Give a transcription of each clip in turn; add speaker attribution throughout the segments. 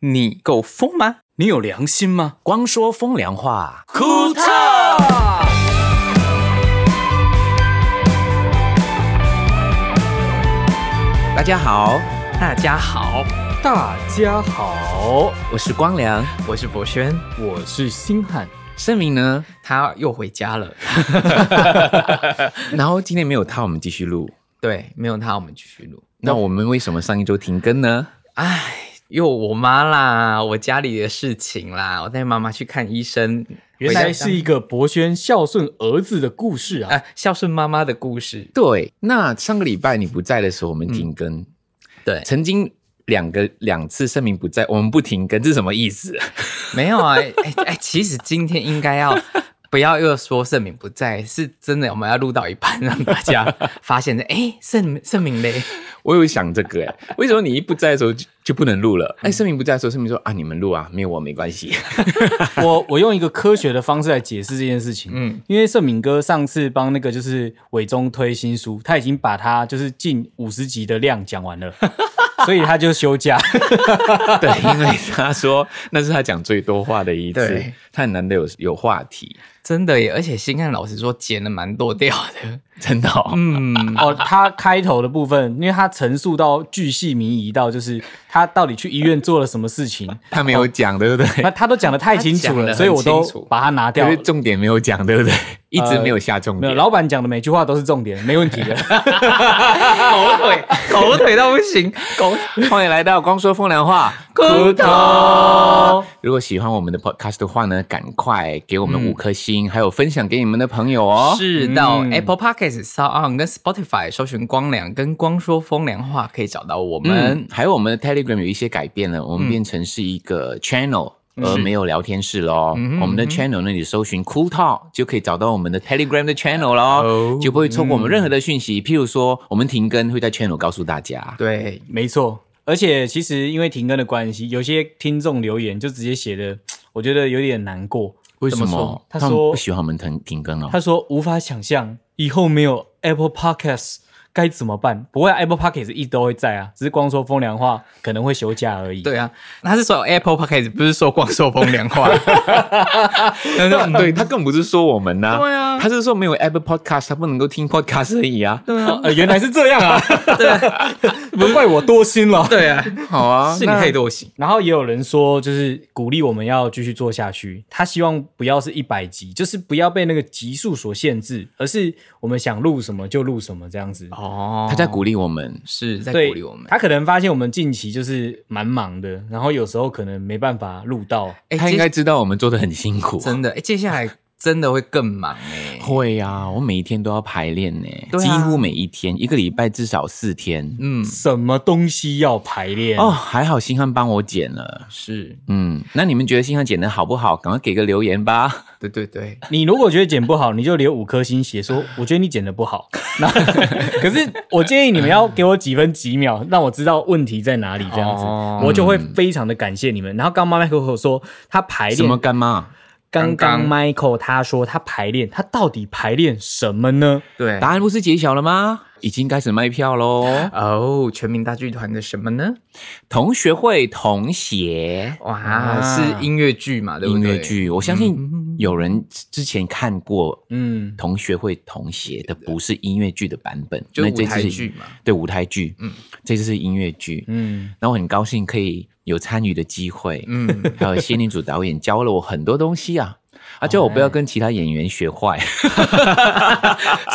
Speaker 1: 你够疯吗？你有良心吗？
Speaker 2: 光说风凉话，
Speaker 1: 库特。
Speaker 2: 大家好，
Speaker 3: 大家好，
Speaker 4: 大家好，
Speaker 2: 我是光良。
Speaker 3: 我是博轩，
Speaker 4: 我是星汉。
Speaker 2: 声明呢，
Speaker 3: 他又回家了。
Speaker 2: 然后今天没有他，我们继续录。
Speaker 3: 对，没有他，我们继续录。
Speaker 2: 那我们为什么上一周停更呢？
Speaker 3: 唉，又我妈啦，我家里的事情啦，我带妈妈去看医生。
Speaker 4: 原来是一个博轩孝顺儿子的故事啊！
Speaker 2: 哎
Speaker 3: 啊，孝顺妈妈的故事。嗯
Speaker 2: 对，那上个礼拜你不在的时候，我们停更。
Speaker 3: 对，
Speaker 2: 曾经两个两次声明不在，我们不停更，这是什么意思？
Speaker 3: 没有啊，哎哎哎，其实今天应该要不要又说盛敏不在，是真的，我们要录到一半，让大家发现的。哎，盛盛敏嘞，
Speaker 2: 我有想这个哎、为什么你一不在的时候就就不能录了？哎，声明不在的时候，声明说啊，你们录啊，没有我没关 系。
Speaker 4: 我我用一个科学的方式来解释这件事情。
Speaker 3: 嗯
Speaker 4: 嗯，因为盛敏哥上次帮那个就是伟忠推新书，他已经把他就是近五十集的量讲完了， 所以他就休假。
Speaker 2: 对，因为他说那是他讲最多话的一次
Speaker 3: 对，
Speaker 2: 他很难得有有话题，
Speaker 3: 真的耶！而且新汉老师说剪了蛮多掉的。
Speaker 2: 真的、哦。
Speaker 3: 嗯，
Speaker 4: 哦，他开头的部分，因为他陈述到巨细靡遗到就是他到底去医院做了什么事情，
Speaker 2: 他没有讲， 对不对？
Speaker 4: 那他都讲的太清
Speaker 3: 他
Speaker 4: 楚
Speaker 3: 讲得
Speaker 4: 了，
Speaker 3: 很
Speaker 4: 所以我都
Speaker 3: 清楚
Speaker 4: 把它拿掉
Speaker 2: 可
Speaker 4: 了
Speaker 2: 是。重点没有讲，对不对？一直没有下重
Speaker 4: 没有，
Speaker 2: 点。
Speaker 4: 老板讲的每句话都是重点，没问题的。
Speaker 3: 狗腿，狗腿到不行，狗腿。
Speaker 2: 欢迎来到光说风凉话。
Speaker 3: 骨哦头。
Speaker 2: 如果喜欢我们的 podcast 的话呢，赶快给我们五颗星，还有分享给你们的朋友哦。
Speaker 3: 是到
Speaker 4: 嗯
Speaker 3: Apple Podcasts、Sound On 跟 Spotify 搜寻“光良”跟“光说风凉话”，可以找到我们。
Speaker 2: 嗯，还有我们的 Telegram 有一些改变了，我
Speaker 3: 嗯
Speaker 2: 们变成是一个 channel。而没有聊天室喽，
Speaker 3: 嗯
Speaker 2: 我们的 channel 那里搜寻 Cool Talk 就可以找到我们的 Telegram 的 channel
Speaker 3: 哦
Speaker 2: 喽，就不会错过我们任何的讯息。譬如说，我们停更会在 channel 告诉大家。
Speaker 3: 对，
Speaker 4: 没错，而且其实因为停更的关系，有些听众留言就直接写的，我觉得有点难过。
Speaker 2: 为
Speaker 3: 怎么说
Speaker 4: 他
Speaker 2: 们
Speaker 4: 说
Speaker 2: 不喜欢我们停停更哦？
Speaker 4: 他说无法想象以后没有 Apple Podcast 该怎么办。不会、啊、，Apple Podcast 一直都会在啊，只是光说风凉话可能会休假而已。
Speaker 3: 对啊，他是说 Apple Podcasts，不是说光说风凉话。
Speaker 2: 对对他更不是说我们呐、
Speaker 3: 啊对啊
Speaker 2: 他是说没有 Apple Podcast，他不能够听 Podcast 而已啊。
Speaker 4: 哦呃，原来是这样啊， 不怪我多心了。
Speaker 3: 对啊，
Speaker 2: 好啊，
Speaker 3: 是你
Speaker 2: 那
Speaker 3: 太多 心。
Speaker 4: 然后也有人说，就是鼓励我们要继续做下去。他希望不要是一百集，就是不要被那个集数所限制，而是我们想录什么就录什么这样子。
Speaker 3: 哦，
Speaker 2: 他在鼓励我们，
Speaker 3: 是在
Speaker 4: 对
Speaker 3: 鼓励我们。
Speaker 4: 他可能发现我们近期就是蛮忙的，然后有时候可能没办法录到。
Speaker 3: 哎
Speaker 2: 他应该
Speaker 3: 接
Speaker 2: 知道我们做的很辛苦。啊
Speaker 3: 真的，哎，接下来真的会更忙 哎。
Speaker 2: 会啊，我每一天都要排练呢、
Speaker 3: 对啊
Speaker 2: 几乎每一天，一个礼拜至少四天。
Speaker 3: 嗯，
Speaker 4: 什么东西要排练？
Speaker 2: 哦，还好星汉帮我剪了。
Speaker 3: 是
Speaker 2: 嗯，那你们觉得星汉剪的好不好？赶快给个留言吧。
Speaker 3: 对对对，
Speaker 4: 你如果觉得剪不好，你就留五颗星，写说我觉得你剪的不好。 那可是我建议你们要给我几分几秒，让我知道问题在哪里，这样子、
Speaker 3: 哦
Speaker 4: 我就会非常的感谢你们。然后刚刚 Michael 说他排
Speaker 2: 什么
Speaker 4: 练，
Speaker 2: 干妈？
Speaker 4: 刚
Speaker 3: 刚
Speaker 4: 刚 Michael 他说他排练，他到底排练什么呢？
Speaker 3: 对
Speaker 2: 答案不是揭晓了吗？已经开始卖票喽！
Speaker 3: 哦，全民大剧团的什么呢？
Speaker 2: 同学会同协
Speaker 3: 哇，
Speaker 4: 啊
Speaker 3: 是音乐剧嘛，对不嗯
Speaker 2: 音
Speaker 3: 对？
Speaker 2: 乐剧，我相信有人之前看过
Speaker 4: 嗯，
Speaker 2: 同学会同协的，不是音乐剧的版本，
Speaker 3: 就
Speaker 2: 那
Speaker 3: 舞
Speaker 2: 这次
Speaker 3: 台
Speaker 2: 是
Speaker 3: 剧嘛。
Speaker 2: 对舞台剧，
Speaker 3: 嗯
Speaker 2: 嗯，这次是音乐剧，
Speaker 4: 嗯，
Speaker 2: 然后很高兴可以有参与的机会，
Speaker 3: 嗯，
Speaker 2: 还有谢宁主导演教了我很多东西啊，
Speaker 3: 哦
Speaker 2: 啊，叫我不要跟其他演员学坏，。
Speaker 3: 哎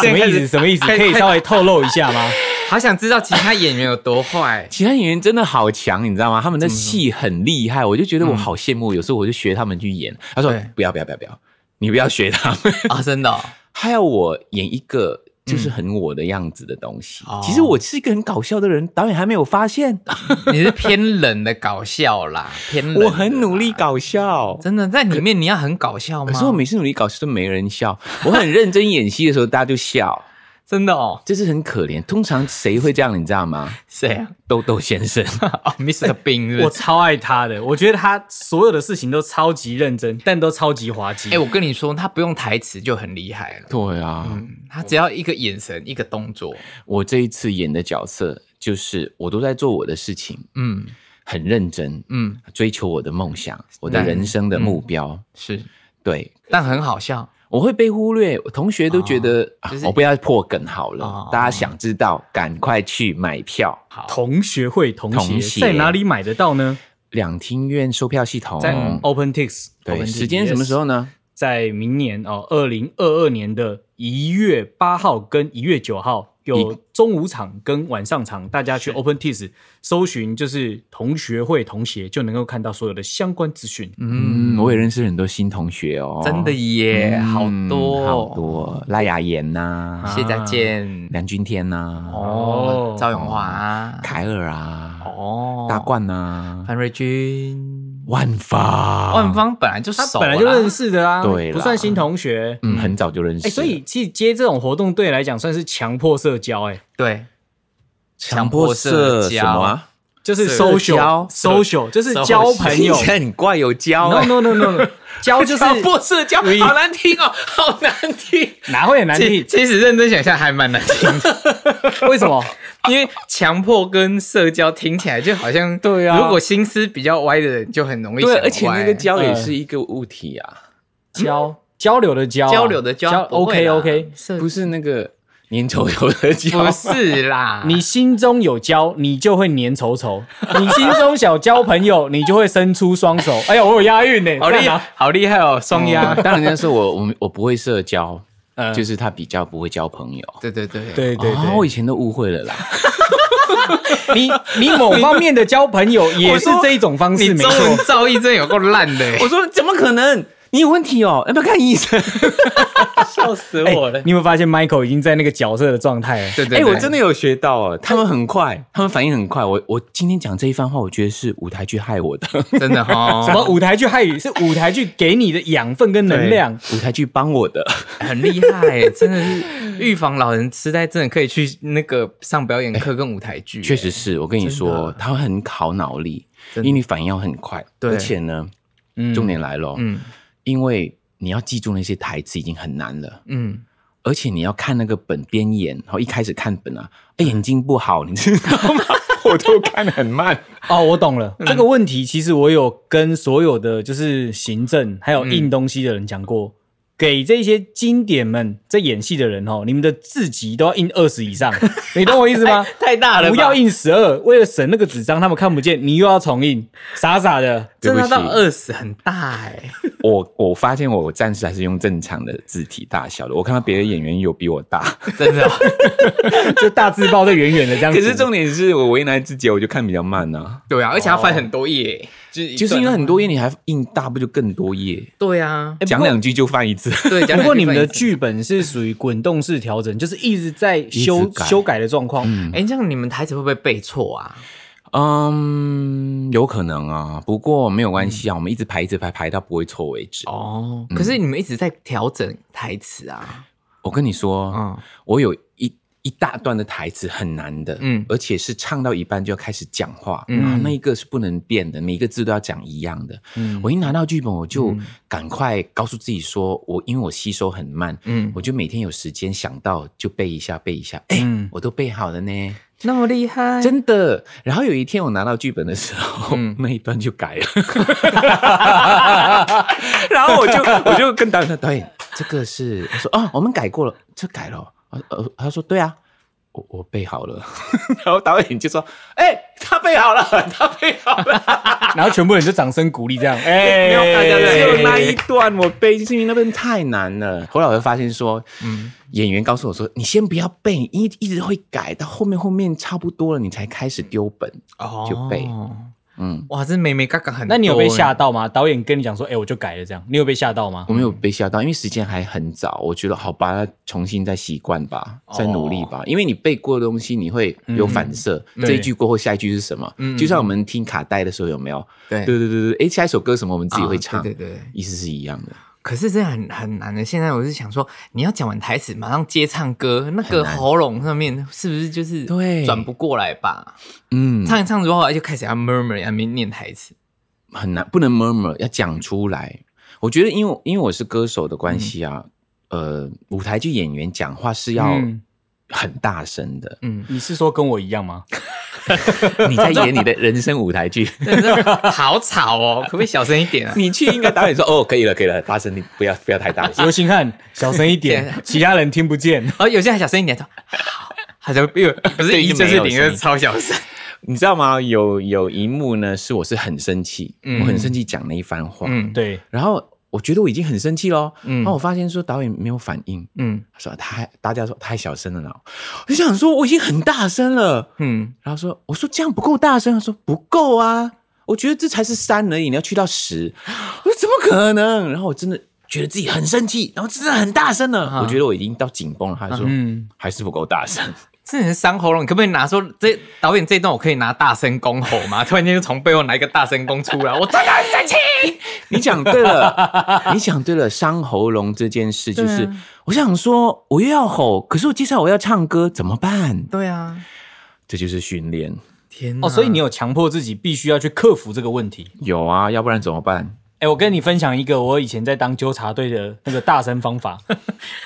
Speaker 4: 什么意思？什么意思？可以稍微透露一下吗？
Speaker 3: 好想知道其他演员有多坏
Speaker 2: 其他演员真的好强，你知道吗？他们的戏很厉害，我就觉得我好羡慕，有时候我就学他们去演。他说
Speaker 3: 嗯对
Speaker 2: 不要不要不要不要，你不要学他们，
Speaker 3: 啊、真的哦、
Speaker 2: 他要我演一个。就是很我的样子的东西。
Speaker 3: 嗯哦
Speaker 2: 其实我是一个很搞笑的人，导演还没有发现。
Speaker 3: 你是偏冷的搞笑啦，偏冷。
Speaker 2: 我很努力，搞笑，
Speaker 3: 啊真的在里面你要很搞笑吗？
Speaker 2: 可是我每次努力搞笑都没人笑，我很认真演戏的时候大家就笑，
Speaker 3: 真的哦，
Speaker 2: 这是很可怜。通常谁会这样，你知道 吗？
Speaker 3: 谁啊？
Speaker 2: 豆豆先 生，
Speaker 3: 哦，Mr. Bean 是
Speaker 4: 我
Speaker 3: 不是？
Speaker 4: 超爱他的，我觉得他所有的事情都超级认真，但都超级滑稽。
Speaker 3: 哎、我跟你说，他不用台词就很厉害了。
Speaker 2: 对啊，
Speaker 3: 嗯，他只要一个眼神，一个动作，
Speaker 2: 我这一次演的角色就是我都在做我的事情，
Speaker 3: 嗯，
Speaker 2: 很认真
Speaker 3: 嗯，
Speaker 2: 追求我的梦想，我的人生的目标。
Speaker 3: 是，
Speaker 2: 对，
Speaker 3: 但很好笑，
Speaker 2: 我会被忽略，我同学都觉得、啊
Speaker 3: 哦就是
Speaker 2: 我不要破梗好了，
Speaker 3: 哦
Speaker 2: 大家想知道，赶快去买票。
Speaker 4: 同学会同
Speaker 2: 同
Speaker 4: 学
Speaker 2: 学
Speaker 4: 在哪里买得到呢？
Speaker 2: 两厅院售票系统，
Speaker 4: 在 OpenTix
Speaker 2: 哦
Speaker 3: 哦
Speaker 2: 对，时间什么时候？呢？
Speaker 4: 在明年哦，二零二二年的一月八号跟一月九号有中午场跟晚上场，大家去 OpenTix 搜寻就是同学会同学就能够看到所有的相关资讯。
Speaker 2: 嗯，我也认识很多新同学哦，
Speaker 3: 真的耶，
Speaker 2: 嗯
Speaker 3: 好多哦啊
Speaker 2: 好，多，赖雅妍呐、
Speaker 3: 谢再见，
Speaker 2: 梁君天呐、
Speaker 3: 哦，赵永华啊，
Speaker 2: 凯尔啊，
Speaker 3: 哦，
Speaker 2: 大冠呐、
Speaker 3: 潘瑞君，
Speaker 2: 万芳，
Speaker 3: 万，芳本来就
Speaker 4: 他
Speaker 3: 熟啦，
Speaker 4: 本来就认识的啊，
Speaker 2: 对啦
Speaker 4: 不算新同学。
Speaker 2: 嗯，很早就认识
Speaker 4: 哎、
Speaker 2: 了，
Speaker 4: 所以其实接这种活动对来讲算是强迫社交、哎，
Speaker 3: 对，
Speaker 2: 强迫社
Speaker 3: 交
Speaker 2: 什么啊？
Speaker 4: 就是
Speaker 2: 社
Speaker 4: social
Speaker 2: 交
Speaker 4: social，就是交朋 友
Speaker 2: 听。起来很怪，有交、
Speaker 4: No
Speaker 2: 欸。
Speaker 4: no no no，no，交就是
Speaker 3: 哦
Speaker 2: 强迫社交，
Speaker 4: We-
Speaker 2: 好难听哦，好难听。
Speaker 4: 哪会很难
Speaker 3: 其
Speaker 4: 听？哦
Speaker 3: 其实认真想一下还蛮难听的，
Speaker 4: 为什么？
Speaker 3: 因为强迫跟社交听起来就好像
Speaker 4: 对啊
Speaker 3: 如果心思比较歪的人就很容易
Speaker 2: 对，
Speaker 3: 想
Speaker 2: 而且那个
Speaker 3: 歪
Speaker 2: 交也是一个物体啊，
Speaker 4: 交交流的嗯交啊，
Speaker 3: 交流的交不会
Speaker 4: OK
Speaker 3: 啦
Speaker 4: OK，
Speaker 3: 社
Speaker 2: 不是那个粘稠稠的交
Speaker 3: 不。是啦，
Speaker 4: 你心中有交，你就会粘稠稠；你心中想交朋友，你就会伸出双 手。哎呀，我有押韵呢，
Speaker 3: 好厉
Speaker 4: 在哪
Speaker 3: 害，好厉害哦，双压，
Speaker 2: 当然，人家说我我我不会社交，
Speaker 4: 嗯
Speaker 2: 就是他比较不会交朋友。
Speaker 3: 对对对，
Speaker 4: 对对
Speaker 2: 啊我
Speaker 4: 对，
Speaker 2: 以前都误会了啦。
Speaker 4: 哦你 你某方面的交朋友也是这一种方式，
Speaker 3: 你
Speaker 4: 没
Speaker 3: 中
Speaker 4: 错。
Speaker 3: 文造诣真有够烂的欸，
Speaker 2: 我说怎么可能？你有问题哦，要不要看医生？
Speaker 3: 笑死
Speaker 4: 哎，你有没有发现 Michael 已经在那个角色的状态了？
Speaker 3: 对对，
Speaker 2: 哎、
Speaker 3: 对
Speaker 2: 我真的有学到哦，他们很快，他们反应很快。我我今天讲这一番话，我觉得是舞台剧害我的，
Speaker 3: 真的哈，
Speaker 4: 什么舞台剧汉语是舞台剧给你的养分跟能量，
Speaker 2: 舞台剧帮我的。
Speaker 3: 很厉害欸，真的是预防老人痴呆，真的可以去那个上表演课跟舞台剧，
Speaker 2: 确实是我跟你说，它会很考脑力，
Speaker 3: 真
Speaker 2: 因
Speaker 3: 的
Speaker 2: 为你反应要很快，
Speaker 3: 对
Speaker 2: 而且呢，重点来了，
Speaker 3: 嗯
Speaker 2: 因为你要记住那些台词已经很难了。
Speaker 3: 嗯，
Speaker 2: 而且你要看那个本边演，然后一开始看本啊，
Speaker 3: 嗯
Speaker 2: 哎眼睛不好，你知道 吗？我都看得很慢，
Speaker 4: 哦，我懂了。这个问题其实我有跟所有的就是行政还有印东西的人讲过，给这些经典们在演戏的人哦，你们的字级都要印二十以 上，你懂我意思吗？
Speaker 3: 哎太大
Speaker 4: 不
Speaker 3: 不
Speaker 4: 要
Speaker 3: 要
Speaker 4: 印十二，为了省那个纸张，他们看不见，你又要重印，傻傻的。
Speaker 3: 真的
Speaker 2: 对
Speaker 3: 到
Speaker 2: 不起
Speaker 3: 二十很大哎，
Speaker 2: 我我发现我暂时还是用正常的字体大小的，我看到别的演员有比我大，
Speaker 3: 真的哦，
Speaker 4: 就大字报在远远的这样 子。
Speaker 2: 可是重点是我为难自己，我就看比较慢啊。
Speaker 3: 对啊，而且要翻很多页，
Speaker 2: 就是因为很多页你还印大，不就更多页？
Speaker 3: 对啊，
Speaker 4: 哎
Speaker 2: 讲两句就翻一 次。
Speaker 3: 对，讲
Speaker 4: 不过你们的
Speaker 3: 两句
Speaker 4: 剧本是属于滚动式调整，就是一直在修
Speaker 2: 一直改
Speaker 4: 修改的嗯状况。
Speaker 3: 翻一次，哎，这样你们台词会不会背错啊？
Speaker 2: 嗯，有可能啊，不过没有关系啊，我们一直排一直排，排到不会错为止。
Speaker 3: 哦，可是你们一直在调整台词啊，
Speaker 2: 我跟你说，
Speaker 3: 嗯
Speaker 2: 我有一一大段的台词很难的，
Speaker 3: 嗯
Speaker 2: 嗯，而且是唱到一半就要开始讲话，然后那一个是不能变的，每一个字都要讲一样的。我一拿到剧本，我就赶快告诉自己说，我因为我吸收很慢，
Speaker 3: 嗯
Speaker 2: 嗯，我就每天有时间想到就背一下，背一下，哎、我都背好了呢。
Speaker 3: 那么厉害，
Speaker 2: 真的，然后有一天我拿到剧本的时候，那一段就改了， 然后我就 我就跟导演说，导演，这个是我说哦，我们改过了，这改了哦，呃呃，他说对啊，我我背好了， 然后导演就说，哎、他背好了， 他背好了，
Speaker 4: 然后全部人就掌声鼓励，这样，
Speaker 2: 没
Speaker 4: 哎、
Speaker 2: 有大家只有那
Speaker 4: 哎
Speaker 2: 一段我背，就是因为那边太难了。后来我就发现说，嗯，演员告诉我说，你先不要背，你一一直会改，到后面后面差不多了，你才开始丢本。
Speaker 3: 哦
Speaker 2: 就背嗯，
Speaker 3: 哇，这美美嘎嘎很多
Speaker 4: 那
Speaker 3: 欸，
Speaker 4: 你有被吓到吗？导演跟你讲说，哎、我就改了这样，你有被吓到吗
Speaker 2: 我？没有被吓到，因为时间还很早，我觉得好吧，重新再习惯吧，
Speaker 3: 哦
Speaker 2: 再努力吧。因为你背过的东西，你会有反射，
Speaker 4: 嗯
Speaker 2: 这一句过后下一句是什么？
Speaker 3: 嗯
Speaker 2: 就像我们听卡带的时候有没有？
Speaker 3: 对
Speaker 2: 对对对对，哎，下一首歌什么我们自己会唱，
Speaker 3: 啊对对对
Speaker 2: 意思是一样的。
Speaker 3: 可是这样很很难欸的。现在我是想说，你要讲完台词，马上接唱歌，那个喉咙上面是不是就是
Speaker 2: 对
Speaker 3: 转不过来吧？
Speaker 2: 嗯，
Speaker 3: 唱一唱之后哎就开始要 murmur，要念台词。，
Speaker 2: 很难，不能 murmur，要讲出来。我觉得，因为因为我是歌手的关系啊，呃，舞台剧演员讲话是要
Speaker 4: 嗯
Speaker 2: 很大声的
Speaker 3: 嗯，
Speaker 4: 你是说跟我一样吗？
Speaker 2: 你在演你的人生舞台 剧。
Speaker 3: 真的好吵哦，可不可以小声一点啊？
Speaker 2: 你去应该导演说哦，可以了，可以了，大声点，不要不要太大声。
Speaker 4: 刘星汉，小声 一点，其他人听不见。
Speaker 3: 哦，有些还小声一点，说好，好像又不是
Speaker 2: 对
Speaker 3: 一
Speaker 2: 就
Speaker 3: 就
Speaker 2: 没
Speaker 3: 是
Speaker 2: 有
Speaker 3: 零，就
Speaker 2: 声
Speaker 3: 是
Speaker 2: 音
Speaker 3: 超小声。
Speaker 2: 你知道吗？有有一幕呢，是我是很生气，
Speaker 3: 嗯
Speaker 2: 我很生气讲了一番话，
Speaker 3: 嗯，，
Speaker 4: 对，
Speaker 2: 然后我觉得我已经很生气喽，
Speaker 3: 嗯
Speaker 2: 然后我发现说导演没有反应，
Speaker 3: 嗯
Speaker 2: 他说他还大家说太小声了呢，我就想说我已经很大声了，
Speaker 3: 嗯
Speaker 2: 然后说我说这样不够大声，他说不够啊，我觉得这才是三而已，你要去到十，我说怎么可能？然后我真的觉得自己很生气，然后真的很大声了，
Speaker 3: 啊
Speaker 2: 我觉得我已经到紧绷了，他还说、
Speaker 4: 嗯，
Speaker 2: 还是不够大声，
Speaker 3: 这人伤喉咙，你可不可以拿说这导演这一段我可以拿大声公吼吗？ 突然间就从背后拿一个大声公出来，我真的很生气。
Speaker 2: 你讲对了， 你讲对了，伤喉咙这件事就是，我想说我又要吼，可是我接下来我要唱歌怎么办？
Speaker 3: 对啊，
Speaker 2: 这就是训练。
Speaker 3: 天
Speaker 4: 哦，所以你有强迫自己必须要去克服这个问题。
Speaker 2: 有啊，要不然怎么办？
Speaker 4: 哎，我跟你分享一个我以前在当纠察队的那个大声方 法，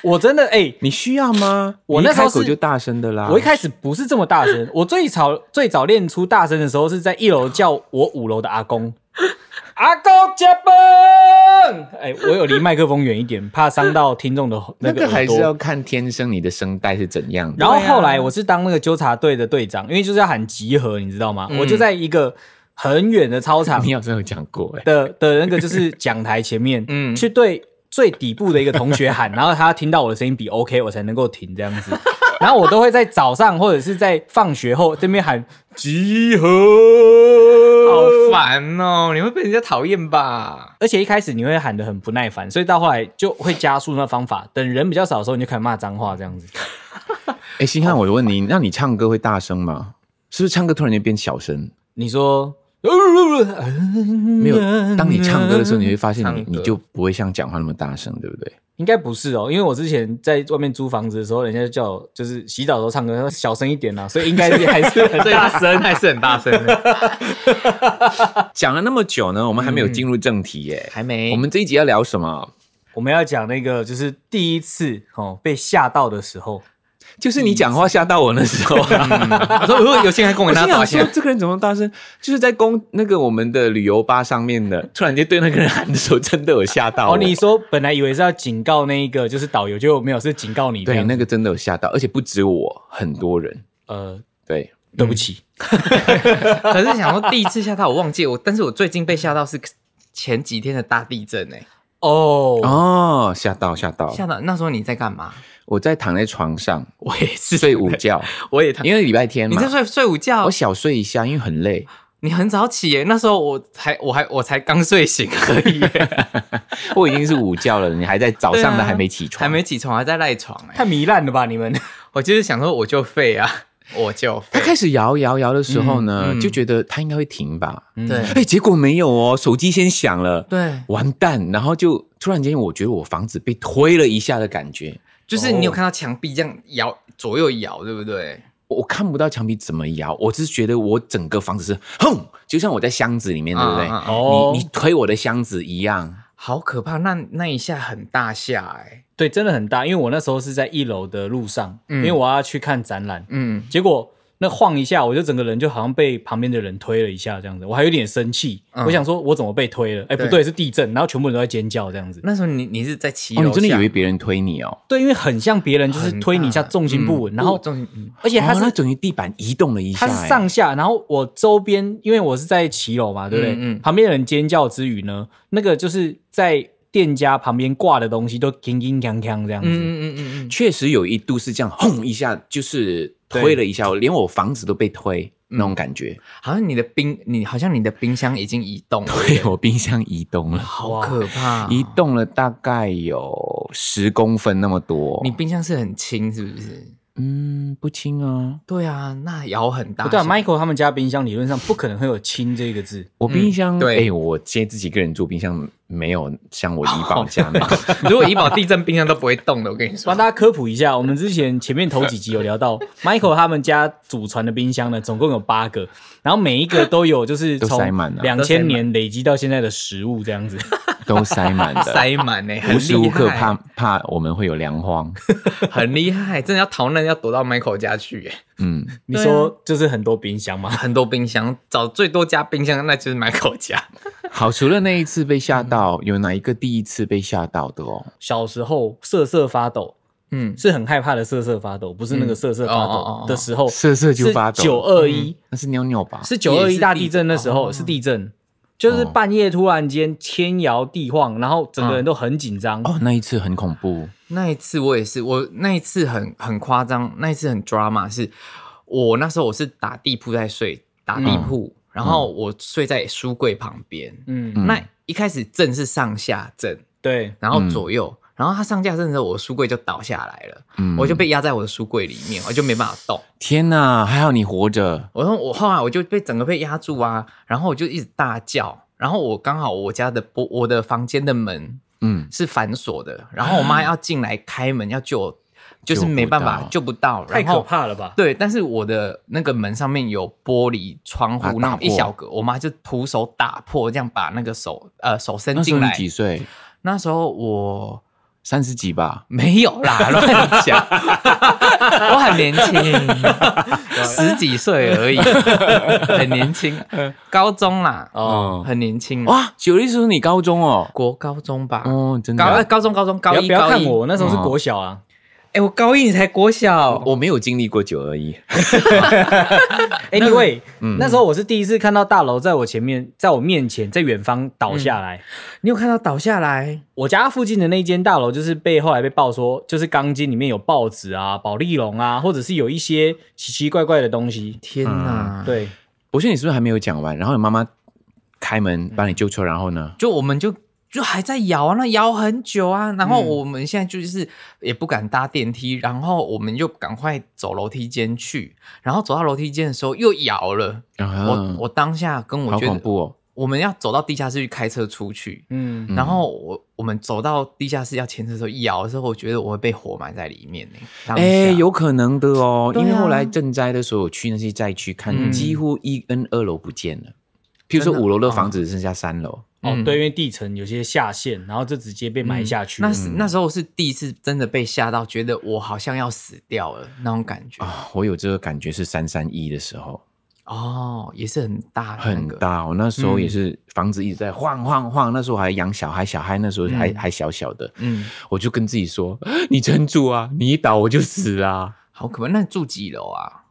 Speaker 4: 我真的哎。
Speaker 2: 你需要吗？
Speaker 4: 我
Speaker 2: 你
Speaker 4: 那
Speaker 2: 一
Speaker 4: 时候
Speaker 2: 开口
Speaker 4: 是
Speaker 2: 就大声的啦。
Speaker 4: 我一开始不是这么大声，我最早最早练出大声的时候是在一楼叫我五楼的阿 公，阿公接班。哎，我有离麦克风远一点，怕伤到听众的
Speaker 2: 那
Speaker 4: 个
Speaker 2: 个还
Speaker 4: 耳
Speaker 2: 是
Speaker 4: 朵。
Speaker 2: 要看天生你的声带是怎样的。
Speaker 4: 然后后来我是当那个纠察队的队长，因为就是要喊集合，你知道吗？
Speaker 2: 嗯
Speaker 4: 我就在一个很远的操 场
Speaker 2: 你好像有讲过哎、
Speaker 4: 的的那个就是讲台前 面，
Speaker 3: 嗯
Speaker 4: 去对最底部的一个同学喊，然后他听到我的声音比 OK，我才能够停这样子。 然后我都会在早上或者是在放学后这边喊集合，
Speaker 3: 好烦哦，你会被人家讨厌吧？
Speaker 4: 而且一开始你会喊得很不耐烦，所以到后来就会加速那方法。等人比较少的时候，你就开始骂脏话这样子。
Speaker 2: 哎，星汉，我问你，那你唱歌会大声吗？是不是唱歌突然间变小声？
Speaker 4: 你说
Speaker 2: 没
Speaker 4: 没
Speaker 2: 有，当你嗯唱歌的时候，你会发现你
Speaker 3: 唱歌
Speaker 2: 你就不会像讲话那么大声，对不对？
Speaker 4: 应该不是哦，因为我之前在外面租房子的时候，人家就叫我就是洗澡的时候唱歌，他说小声一点啦、啊所以应该是还是 很
Speaker 3: 所以
Speaker 4: 大
Speaker 3: 他声还是很大声的，
Speaker 2: 讲了那么久呢，我们还没有进入正题耶。
Speaker 3: 还没
Speaker 2: 我们这一集要聊什么？
Speaker 4: 我们要讲那个就是第一次哦被吓到的时候，
Speaker 2: 就是你讲话吓到我那时候、啊
Speaker 3: 我说如果有些人跟
Speaker 2: 嗯
Speaker 3: 我
Speaker 2: 我心
Speaker 3: 拿打
Speaker 2: 想说
Speaker 3: 钱，
Speaker 2: 这个人怎么大声？就是在公那个我们的旅游巴上面的，突然间对那个人喊的时候，真的有吓啊到我。
Speaker 4: 哦，你说本来以为是要警告那一个就是导游，就没有是警告你这
Speaker 2: 对
Speaker 4: 样
Speaker 2: 那个真的有吓到，而且不止我，很多人。
Speaker 4: 呃，
Speaker 2: 对，
Speaker 4: 对不起，
Speaker 3: 可是想说第一次吓到我忘记我，但是我最近被吓到是前几天的大地震哎、
Speaker 4: 哦，
Speaker 2: 哦，吓到吓到，
Speaker 3: 吓到那时候你在干嘛？
Speaker 2: 我在躺在床上
Speaker 3: 我也是
Speaker 2: 睡午觉，
Speaker 3: 我也躺，
Speaker 2: 因为礼拜天
Speaker 3: 你
Speaker 2: 嘛
Speaker 3: 在，睡睡午觉
Speaker 2: 我，小睡一下，因为很累。
Speaker 3: 你很早起耶、那时候我才我还我才刚睡醒而已耶、
Speaker 2: 我已经是午觉了，你还在早上
Speaker 3: 对
Speaker 2: 的
Speaker 3: 啊
Speaker 2: 还没起床，
Speaker 3: 还没起床，还在赖床哎、
Speaker 4: 太糜烂了吧你们？
Speaker 3: 我就是想说我就废啊，我就
Speaker 2: 他
Speaker 3: 废。
Speaker 2: 开始摇摇摇的时候呢，
Speaker 3: 嗯嗯
Speaker 2: 就觉得他应该会停吧。
Speaker 3: 对
Speaker 2: 哎、结果没有哦，手机先响了，
Speaker 3: 对，
Speaker 2: 完蛋，然后就突然间，我觉得我房子被推了一下的感觉，
Speaker 3: 就是你有看到墙壁这样摇左右摇，对不对？
Speaker 2: 我我看不到墙壁怎么摇，我只是觉得我整个房子是哼，就像我在箱子里面，对不对？
Speaker 3: 啊啊啊
Speaker 4: 哦
Speaker 2: 你你推我的箱子一样，
Speaker 3: 好可怕！那那一下很大下哎、
Speaker 4: 对，真的很大，因为我那时候是在一楼的路上，
Speaker 3: 嗯
Speaker 4: 因为我要去看展览，
Speaker 3: 嗯，
Speaker 4: 结果那晃一下，我就整个人就好像被旁边的人推了一下这样子，我还有点生气，
Speaker 3: 嗯
Speaker 4: 我想说我怎么被推了？哎，不
Speaker 3: 对
Speaker 4: 对，是地震，然后全部人都在尖叫这样子。
Speaker 3: 那时候你你是在七
Speaker 2: 哦，
Speaker 3: 楼、
Speaker 2: 你真的以为？别人推你哦？
Speaker 4: 对，因为很像别人，就是推你一下，重心不稳，然后
Speaker 3: 重心、嗯
Speaker 4: 而且它
Speaker 2: 哦那
Speaker 4: 是
Speaker 2: 等于地板移动了一下、
Speaker 4: 它
Speaker 2: 欸，
Speaker 4: 是上下，然后我周边，因为我是在骑楼嘛，对不对？
Speaker 3: 嗯嗯
Speaker 4: 旁边的人尖叫之余呢，那个就是在店家旁边挂的东西都铿铿锵锵这样子。
Speaker 3: 嗯嗯嗯嗯
Speaker 2: 确实有一度是这样，轰一下就是推了一下，连我房子都被推那种感觉，
Speaker 3: 好像你的冰，你好像你的冰箱已经移动了，
Speaker 2: 对我冰箱移动了，
Speaker 3: 好可怕、
Speaker 2: 移动了大概有十公分那么多。
Speaker 3: 你冰箱是很轻是不是？
Speaker 2: 嗯，不轻啊，
Speaker 3: 对啊，那摇很大
Speaker 4: 不
Speaker 3: 下。
Speaker 4: 对啊 ，Michael 他们家冰箱理论上不可能会有“轻”这个字，
Speaker 2: 我冰箱
Speaker 3: 嗯对
Speaker 2: 哎、我现在自己一个人住，冰箱没有像我 怡保家那样。
Speaker 3: 如果怡保地震，冰箱都不会动的。我跟你说
Speaker 4: 帮，大家科普一下，我们之前前面头几集有 聊到 Michael 他们家祖传的冰箱呢，总共有八个，然后每一个都有就是
Speaker 2: 都
Speaker 4: 从
Speaker 2: 塞满了
Speaker 4: 两
Speaker 3: 都塞
Speaker 4: 千
Speaker 3: 满啊
Speaker 4: 年累积到现在的食物这样子。
Speaker 2: 都塞满的，
Speaker 3: 塞满呢、很
Speaker 2: 无时无刻
Speaker 3: 厉害
Speaker 2: 怕怕我们会有粮荒。
Speaker 3: 很厉害，真的要逃难要躲到 Michael 家去耶、
Speaker 2: 嗯，
Speaker 4: 你说就是很多冰箱吗？
Speaker 3: 很多冰箱，找最多家冰箱那就是 Michael 家。
Speaker 2: 好，除了那一次被
Speaker 3: 嗯
Speaker 2: 吓到，有哪一个第一次被吓到的哦？
Speaker 4: 小时候瑟瑟发抖，
Speaker 3: 嗯，
Speaker 4: 是很害怕的瑟瑟发抖，不是那个瑟瑟发
Speaker 3: 嗯哦哦哦
Speaker 4: 抖的时候，
Speaker 2: 瑟瑟就发抖嗯
Speaker 4: 九二一
Speaker 2: 那是妞妞吧？
Speaker 4: 是九二
Speaker 3: 也
Speaker 4: 一
Speaker 3: 是
Speaker 4: 大
Speaker 3: 地
Speaker 4: 地震那时候
Speaker 3: 哦
Speaker 4: 是地震，就
Speaker 2: 哦
Speaker 4: 是
Speaker 2: 嗯
Speaker 4: 半夜突然间天摇地晃，然后整个人都很紧张。
Speaker 2: 哦，那一次很恐怖。
Speaker 3: 那一次我也是，我那一次很很夸张，那一次很 drama，是我那时候我是打地铺在睡，打地铺，然后我睡在书柜旁边。
Speaker 4: 嗯，
Speaker 2: 嗯
Speaker 3: 那一开始震是上下震，
Speaker 4: 对，
Speaker 3: 然后左右，然后它上下震的时候，我的书柜就倒下来了，
Speaker 2: 嗯
Speaker 3: 我就被压在我的书柜里面，我就没办法动。
Speaker 2: 天哪，还好你活着。
Speaker 3: 我说我后来我就被整个被压住啊，然后我就一直大叫，然后我刚好我家的玻我的房间的门
Speaker 2: 嗯，
Speaker 3: 是反锁的，然后我妈要进来开门要救我，就是没办法
Speaker 2: 啊救
Speaker 3: 救不到，
Speaker 4: 太
Speaker 3: 然后
Speaker 4: 可。怕了吧？
Speaker 3: 对，但是我的那个门上面有玻璃窗
Speaker 2: 把它
Speaker 3: 户，
Speaker 2: 啊
Speaker 3: 那
Speaker 2: 打
Speaker 3: 种
Speaker 2: 破
Speaker 3: 一小格，我妈就徒手打破，这样把那个手呃手伸
Speaker 2: 那时
Speaker 3: 进
Speaker 2: 候你
Speaker 3: 来。
Speaker 2: 几岁？
Speaker 3: 那时候我
Speaker 2: 三十几吧？
Speaker 3: 没有 啦，乱讲，我很年轻，十几岁而已，很年轻，高中啦，
Speaker 2: 哦
Speaker 3: 哦，很年轻啦，
Speaker 2: 哇，九一是你高中哦？
Speaker 3: 国高中吧，
Speaker 2: 哦，真的
Speaker 3: 高呃
Speaker 2: 啊。
Speaker 3: 高中高中高
Speaker 4: 不要
Speaker 3: 一
Speaker 4: 不要
Speaker 3: 高
Speaker 4: 看
Speaker 3: 一，
Speaker 4: 我，那时候是
Speaker 2: 嗯
Speaker 4: 国小啊。
Speaker 3: 哎，我高一你才国小，
Speaker 2: 我没有经历过九二一，
Speaker 4: Anyway，那时
Speaker 2: 嗯
Speaker 4: 候我是第一次看到大楼在我前面，在我面前，在远方倒
Speaker 2: 嗯
Speaker 4: 下来。
Speaker 3: 你有看到倒下来，
Speaker 4: 我家附近的那间大楼，就是被后来被爆说，就是钢筋里面有报纸啊、保丽龙啊，或者是有一些奇奇怪怪的东西。
Speaker 3: 天
Speaker 2: 嗯
Speaker 3: 哪，，
Speaker 4: 嗯对，
Speaker 2: 博轩，你是不是还没有讲完？然后你妈妈开门把你救出来，然后呢？
Speaker 3: 就我们就。就还在摇啊，那摇很久啊，然后我们现在就是也不敢搭电梯，然后我们就赶快走楼梯间去，然后走到楼梯间的时候又摇了，我
Speaker 2: 啊
Speaker 3: 我当下跟我
Speaker 2: 好
Speaker 3: 觉得
Speaker 2: 恐怖哦！
Speaker 3: 我们要走到地下室去开车出去，
Speaker 4: 嗯，
Speaker 3: 然后我我们走到地下室要牵车的时候，一摇的时候，我觉得我会被活埋在里面呢、当下
Speaker 2: 哎，有可能的哦，
Speaker 3: 对
Speaker 2: 因
Speaker 3: 啊
Speaker 2: 为后来赈灾的时候，我去那些灾区看，
Speaker 3: 嗯
Speaker 2: 几乎一跟二楼不见了。譬如说
Speaker 3: 真的
Speaker 2: 五楼的房子只剩下三楼，
Speaker 4: 哦，
Speaker 3: 嗯
Speaker 4: 对，因为地层有些下陷，然后就直接被
Speaker 2: 嗯
Speaker 4: 埋下去。
Speaker 3: 那是那时候是第一次真的被吓到，觉得我好像要死掉了那种感觉。
Speaker 2: 啊，我有这个感觉是三三一的时候
Speaker 3: 哦，也是很大的那
Speaker 2: 很嗯
Speaker 3: 个，
Speaker 2: 大，我那时候也是房子一直在晃晃晃，那时候还养小孩，小孩那时候还还小小的，
Speaker 3: 嗯，
Speaker 2: 我就跟自己说， 你撑住啊，你一倒我就死啦。
Speaker 3: 好可怕。那住几楼啊？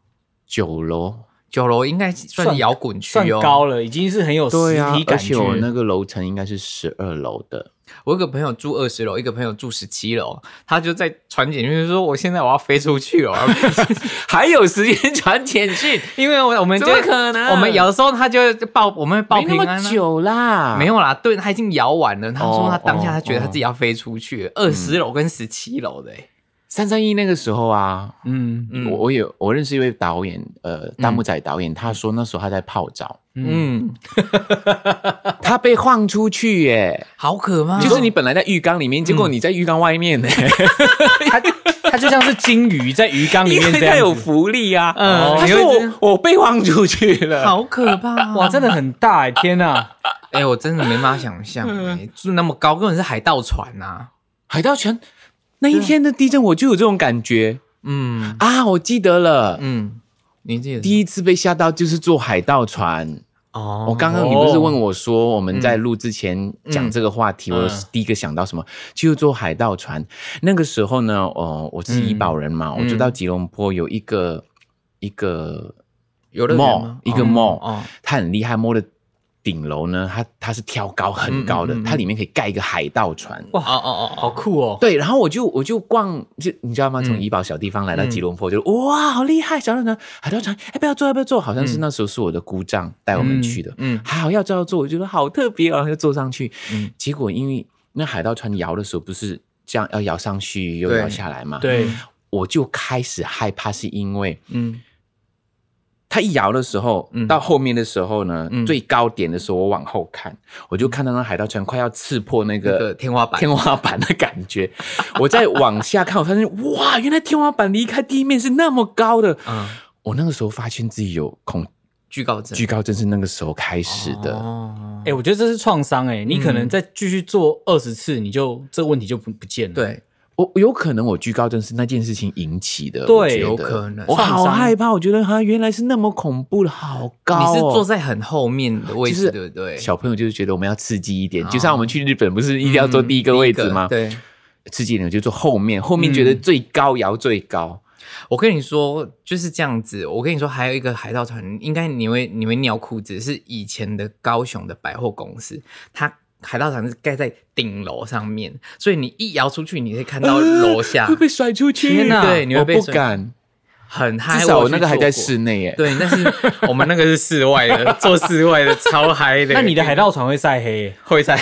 Speaker 2: 九楼，
Speaker 3: 九楼应该算
Speaker 4: 算
Speaker 3: 摇滚区
Speaker 4: 算
Speaker 3: 哦。
Speaker 4: 高了，已经是很有实
Speaker 2: 对啊
Speaker 4: 体，
Speaker 2: 而
Speaker 4: 感
Speaker 2: 且
Speaker 4: 觉。
Speaker 2: 我那个楼层应该是十二楼的，
Speaker 3: 我有个朋友住二十楼，一个朋友住十七楼，他就在传简讯说：“我现在我要飞 出去了。哦我要飞出去”
Speaker 2: 还有时间传简讯，
Speaker 3: 因为我我们就
Speaker 2: 怎么可能
Speaker 3: 我们摇的时候他就报我们会报
Speaker 2: 没那
Speaker 3: 平安、
Speaker 2: 么
Speaker 3: 啊。
Speaker 2: 久啦，
Speaker 3: 没有啦，对他已经摇完了。他说他
Speaker 2: 哦
Speaker 3: 当下他
Speaker 2: 哦
Speaker 3: 觉得他自己要飞出去，二十楼跟十七楼的、欸，
Speaker 2: 三三一那个时候啊，
Speaker 4: 嗯
Speaker 3: 嗯
Speaker 2: 我我有我认识一位导演，呃，大木仔导演，他说那时候他在泡澡，
Speaker 3: 嗯，
Speaker 2: 他被晃出去耶，
Speaker 3: 好可怕哦。
Speaker 2: 就是你本来在浴缸里面，结果你在浴缸外面呢，
Speaker 4: 嗯它它就像是金鱼在鱼缸 里
Speaker 2: 因
Speaker 4: 面
Speaker 2: 为
Speaker 4: 这
Speaker 2: 他有
Speaker 4: 样子。
Speaker 2: 浮力啊。
Speaker 3: 嗯
Speaker 2: 他
Speaker 3: 你会
Speaker 2: 说
Speaker 3: 这样
Speaker 2: 我我被晃出去了，
Speaker 3: 好可 怕、
Speaker 4: 哇，真
Speaker 3: 的，
Speaker 4: 的很大哎！天哪，
Speaker 3: 哎、我真的没办法想象、
Speaker 2: 嗯
Speaker 3: 欸，住那么高，根本是海盗船呐、啊
Speaker 2: 海盗船那一天的地震，我就有这种感觉
Speaker 3: 嗯
Speaker 2: 啊！我记得了，
Speaker 3: 嗯，你记得
Speaker 2: 第一次被吓到就是坐海盗船。
Speaker 3: 哦，
Speaker 2: 我刚刚你不是问我说我们在录之前
Speaker 3: 嗯
Speaker 2: 讲这个话题，我第一个想到什么？就是坐海盗船。那个时候呢，呃，我是怡保人嘛，
Speaker 3: 嗯
Speaker 2: 我知道吉隆坡有一个一个
Speaker 3: 游乐园
Speaker 2: mall，
Speaker 3: 吗
Speaker 2: 一个
Speaker 3: 哦
Speaker 2: mall，
Speaker 3: 哦
Speaker 2: 它很厉害，mall 的顶楼呢，它它是挑高很高的
Speaker 3: 嗯嗯嗯，嗯
Speaker 2: 它里面可以盖一个海盗船。
Speaker 4: 哇
Speaker 3: 哦哦哦
Speaker 4: 好酷哦！
Speaker 2: 对，然后我就我就逛，就你知道吗？从
Speaker 3: 嗯
Speaker 2: 怡保小地方来到吉隆坡，就哇，好厉害！小船船海盗船，哎要不要坐？要不要坐？好像是那时候是我的姑丈带我们去的，
Speaker 3: 嗯
Speaker 2: 还好要坐要坐，我觉得好特别哦，然后就坐上去。
Speaker 3: 嗯
Speaker 2: 结果因为那海盗船摇的时候不是这样，要摇上去又
Speaker 3: 对嗯
Speaker 2: 摇下来嘛，，
Speaker 4: 对，
Speaker 2: 我就开始害怕，是因为
Speaker 3: 嗯，
Speaker 2: 它一摇的时候，
Speaker 3: 嗯
Speaker 2: 到后面的时候呢，
Speaker 3: 嗯
Speaker 2: 最高点的时候，我往后看，我就看到那海盗船快要刺破那
Speaker 3: 那嗯个
Speaker 2: 个
Speaker 3: 天花板，
Speaker 2: 天花板的感觉。 我再往下看，我发现哇，原来天花板离开地面是那么高的。
Speaker 3: 嗯，
Speaker 2: 我那个时候发现自己有恐
Speaker 3: 惧高症，
Speaker 2: 惧高症，是那个时候开始的。
Speaker 3: 哦
Speaker 4: 哎、我觉得这是创伤哎，你可能
Speaker 3: 嗯
Speaker 4: 再继续做二十次，你就这个问题就不不见了。，
Speaker 3: 对，
Speaker 2: 我有可能我惧高症是那件事情引起的，
Speaker 4: 对
Speaker 2: 我觉得
Speaker 3: 有可能
Speaker 2: 我好
Speaker 4: 创伤
Speaker 2: 害怕，我觉得哈、原来是那么恐怖的，好高、哦。
Speaker 3: 你是坐在很后面的位
Speaker 2: 就
Speaker 3: 置，
Speaker 2: 是
Speaker 3: 对不对？
Speaker 2: 小朋友就是觉得我们要刺激一点，
Speaker 3: 哦
Speaker 2: 就像我们去日本不是一定
Speaker 3: 嗯
Speaker 2: 要坐第一个位置
Speaker 3: 第一个
Speaker 2: 吗？，
Speaker 3: 对，嗯
Speaker 2: 刺激一点我就坐后面，后面觉得最高摇最高。
Speaker 3: 我跟你说就是这样子。我跟你说，还有一个海盗团，应该你会你会尿裤子，是以前的高雄的百货公司，它。海盗船是盖在顶楼上面，所以你一摇出去，你可以看到楼下，
Speaker 2: 会被甩出去，
Speaker 3: 啊天哪
Speaker 2: 对，
Speaker 3: 你
Speaker 2: 我
Speaker 3: 会被
Speaker 2: 不
Speaker 3: 甩
Speaker 2: 敢，
Speaker 3: 很嗨。
Speaker 2: 至少
Speaker 3: 我
Speaker 2: 我那个还在室
Speaker 3: 试，
Speaker 2: 内耶。
Speaker 3: 对，但是我们那个是室外的，做室 外的超嗨的。
Speaker 4: 那你的海盗船会晒黑，
Speaker 3: 会 晒，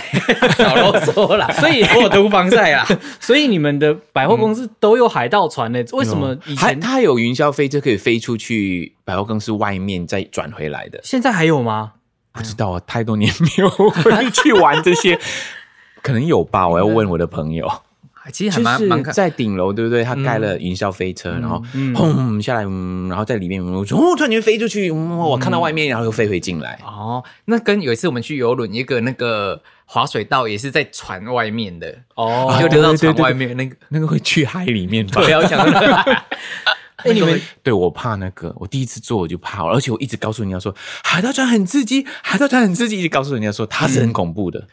Speaker 3: 早啰嗦啦，
Speaker 4: 所以
Speaker 3: 我有涂防晒啊啦。
Speaker 4: 所以你们的百货公司都有海盗船呢、
Speaker 3: 嗯
Speaker 4: 为什么以
Speaker 2: 嗯还
Speaker 4: 前
Speaker 2: 它有云霄飞车可以飞出去百货公司外面再转回来的，
Speaker 4: 现在还有吗？
Speaker 2: 不知道啊，太多年没有回去玩这 些，可能有吧？我要问我的朋友，
Speaker 3: 其实还
Speaker 2: 就
Speaker 3: 蛮蛮
Speaker 2: 是嗯
Speaker 3: 看，
Speaker 2: 在顶楼，对不对？他盖了云霄飞车，然后
Speaker 4: 嗯
Speaker 2: 轰下来，嗯，然后在里面，我说哦，突然间飞出去，嗯，我看到外面，然后又飞回进来。
Speaker 3: 哦，那跟有一次我们去游轮，一个那个滑水道也是在船外面的，
Speaker 4: 哦
Speaker 3: 你
Speaker 2: 啊
Speaker 3: 就
Speaker 2: 对
Speaker 3: 溜到
Speaker 2: 对对
Speaker 3: 船
Speaker 2: 对
Speaker 3: 外面那个。
Speaker 2: 那个会去海里面吧
Speaker 3: 不？要想到那 个，
Speaker 4: 哎、你们
Speaker 2: 对，我怕那个，我第一次做我就怕了，而且我一直告诉人家说海盗船很刺激，海盗船很刺激，一直告诉人家说它是很恐怖的。
Speaker 3: 哦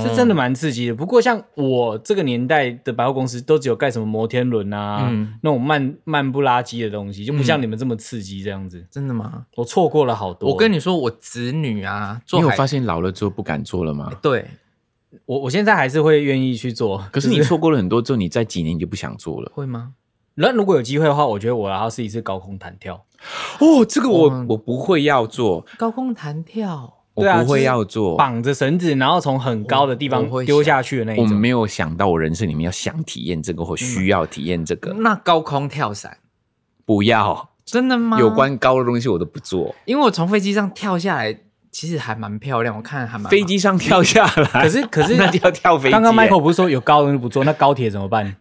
Speaker 4: 是真的蛮刺激的。不过像我这个年代的百货公司，都只有盖什么摩天轮啊，
Speaker 3: 嗯
Speaker 4: 那种慢慢不拉几的东西，就不像你们这么刺激这样子。
Speaker 3: 真的吗？
Speaker 4: 我错过了好多。
Speaker 3: 我跟你说，我子女啊，
Speaker 2: 你
Speaker 3: 做
Speaker 2: 有
Speaker 3: 海
Speaker 2: 发现老了之后不敢做了吗？
Speaker 3: 对，
Speaker 4: 我我现在还是会愿意去做。
Speaker 2: 可是你错过了很多之后，你在几年你就不想做了。
Speaker 3: 会吗？
Speaker 4: 那如果有机会的话，我觉得我要试一次高空弹跳。
Speaker 2: 哦，这个
Speaker 3: 哦
Speaker 2: 我我不会要做，
Speaker 3: 高空弹跳，
Speaker 2: 我
Speaker 4: 对啊
Speaker 2: 不会
Speaker 4: 就是
Speaker 2: 要做。
Speaker 4: 绑着绳子，然后从很高的地
Speaker 3: 我
Speaker 4: 方
Speaker 3: 哦我会
Speaker 4: 丢下去的那一
Speaker 2: 我
Speaker 4: 种。嗯
Speaker 2: 没有想到我人生里面要想体验这个或需要体验这个，
Speaker 3: 那高空跳伞，
Speaker 2: 不要
Speaker 3: 真的吗？
Speaker 2: 有，关高的东西我都不做。
Speaker 3: 因为我从飞机上跳下来，其实还蛮漂亮，我看还蛮
Speaker 2: 飞机上跳下来，
Speaker 4: 可是可 是
Speaker 2: 那就要跳飞机。
Speaker 4: 刚刚 Michael 不是说有高人不做，那高铁怎么办？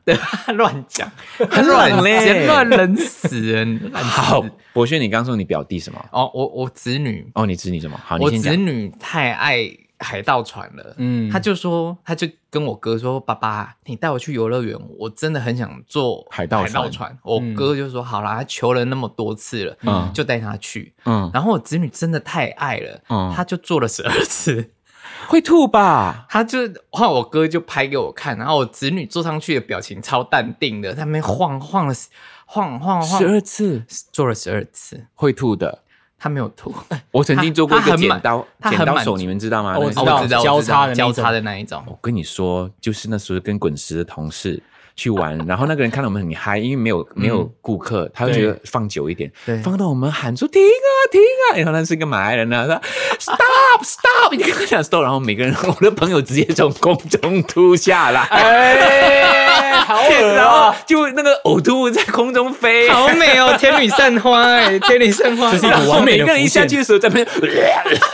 Speaker 3: 乱讲，
Speaker 2: 很软嘞
Speaker 3: 直接乱人死人。烂死
Speaker 2: 好，博轩，你刚说你表弟什么？
Speaker 3: 哦，我我子女，
Speaker 2: 哦，你指你什么？好，你
Speaker 3: 我
Speaker 2: 先
Speaker 3: 子
Speaker 2: 讲。
Speaker 3: 女太爱海盗船了，
Speaker 4: 嗯，
Speaker 3: 他就说，他就跟我哥说：“爸爸，你带我去游乐园，我真的很想坐
Speaker 2: 海盗
Speaker 3: 海盗
Speaker 2: 船
Speaker 3: 船。”我哥就说：“好啦，他求了那么多次了，
Speaker 2: 嗯
Speaker 3: 就带他去。”
Speaker 2: 嗯，
Speaker 3: 然后我子女真的太爱了，
Speaker 2: 嗯
Speaker 3: 他就坐了十二次，
Speaker 2: 会吐吧？
Speaker 3: 他就换我哥就拍给我看，然后我子女坐上去的表情超淡定的，他们晃晃了十晃晃晃
Speaker 2: 十，二次
Speaker 3: 坐了十二次，
Speaker 2: 会吐的。
Speaker 3: 他没有吐，
Speaker 2: 我曾经做过一
Speaker 3: 他
Speaker 2: 个
Speaker 3: 很满
Speaker 2: 剪刀
Speaker 3: 他很
Speaker 2: 剪刀
Speaker 3: 满
Speaker 2: 手，
Speaker 3: 足
Speaker 2: 你们知道吗？
Speaker 4: 哦我
Speaker 2: 那
Speaker 4: 知
Speaker 3: 哦
Speaker 2: 个
Speaker 4: 道
Speaker 3: 我知道
Speaker 4: 交
Speaker 3: 我知
Speaker 4: 叉
Speaker 3: 道
Speaker 4: 的那
Speaker 3: 交叉的那
Speaker 4: 一种
Speaker 3: 一种，
Speaker 2: 我跟你说，就是那时候跟滚石的同事去 玩，然后那个人看到我们很嗨，因为没有没有
Speaker 4: 嗯
Speaker 2: 顾客，他就觉得放久一点
Speaker 3: 对，
Speaker 2: 放到我们喊说停啊停啊，然后那是一个马来人啊呢，他说 stop stop，你跟他讲 stop，然后每个人我的朋友直接从空中吐下来，
Speaker 4: 哎，好 恶
Speaker 2: 然
Speaker 4: 啊
Speaker 2: 后！就那个呕吐物在空中飞。
Speaker 3: 好美哦，天女散花哎、天女散花，
Speaker 4: 这是一
Speaker 2: 然
Speaker 4: 个
Speaker 2: 后
Speaker 4: 完
Speaker 2: 每
Speaker 4: 美的
Speaker 2: 个人一
Speaker 4: 浮
Speaker 2: 下
Speaker 4: 现
Speaker 2: 去。的时候，在那边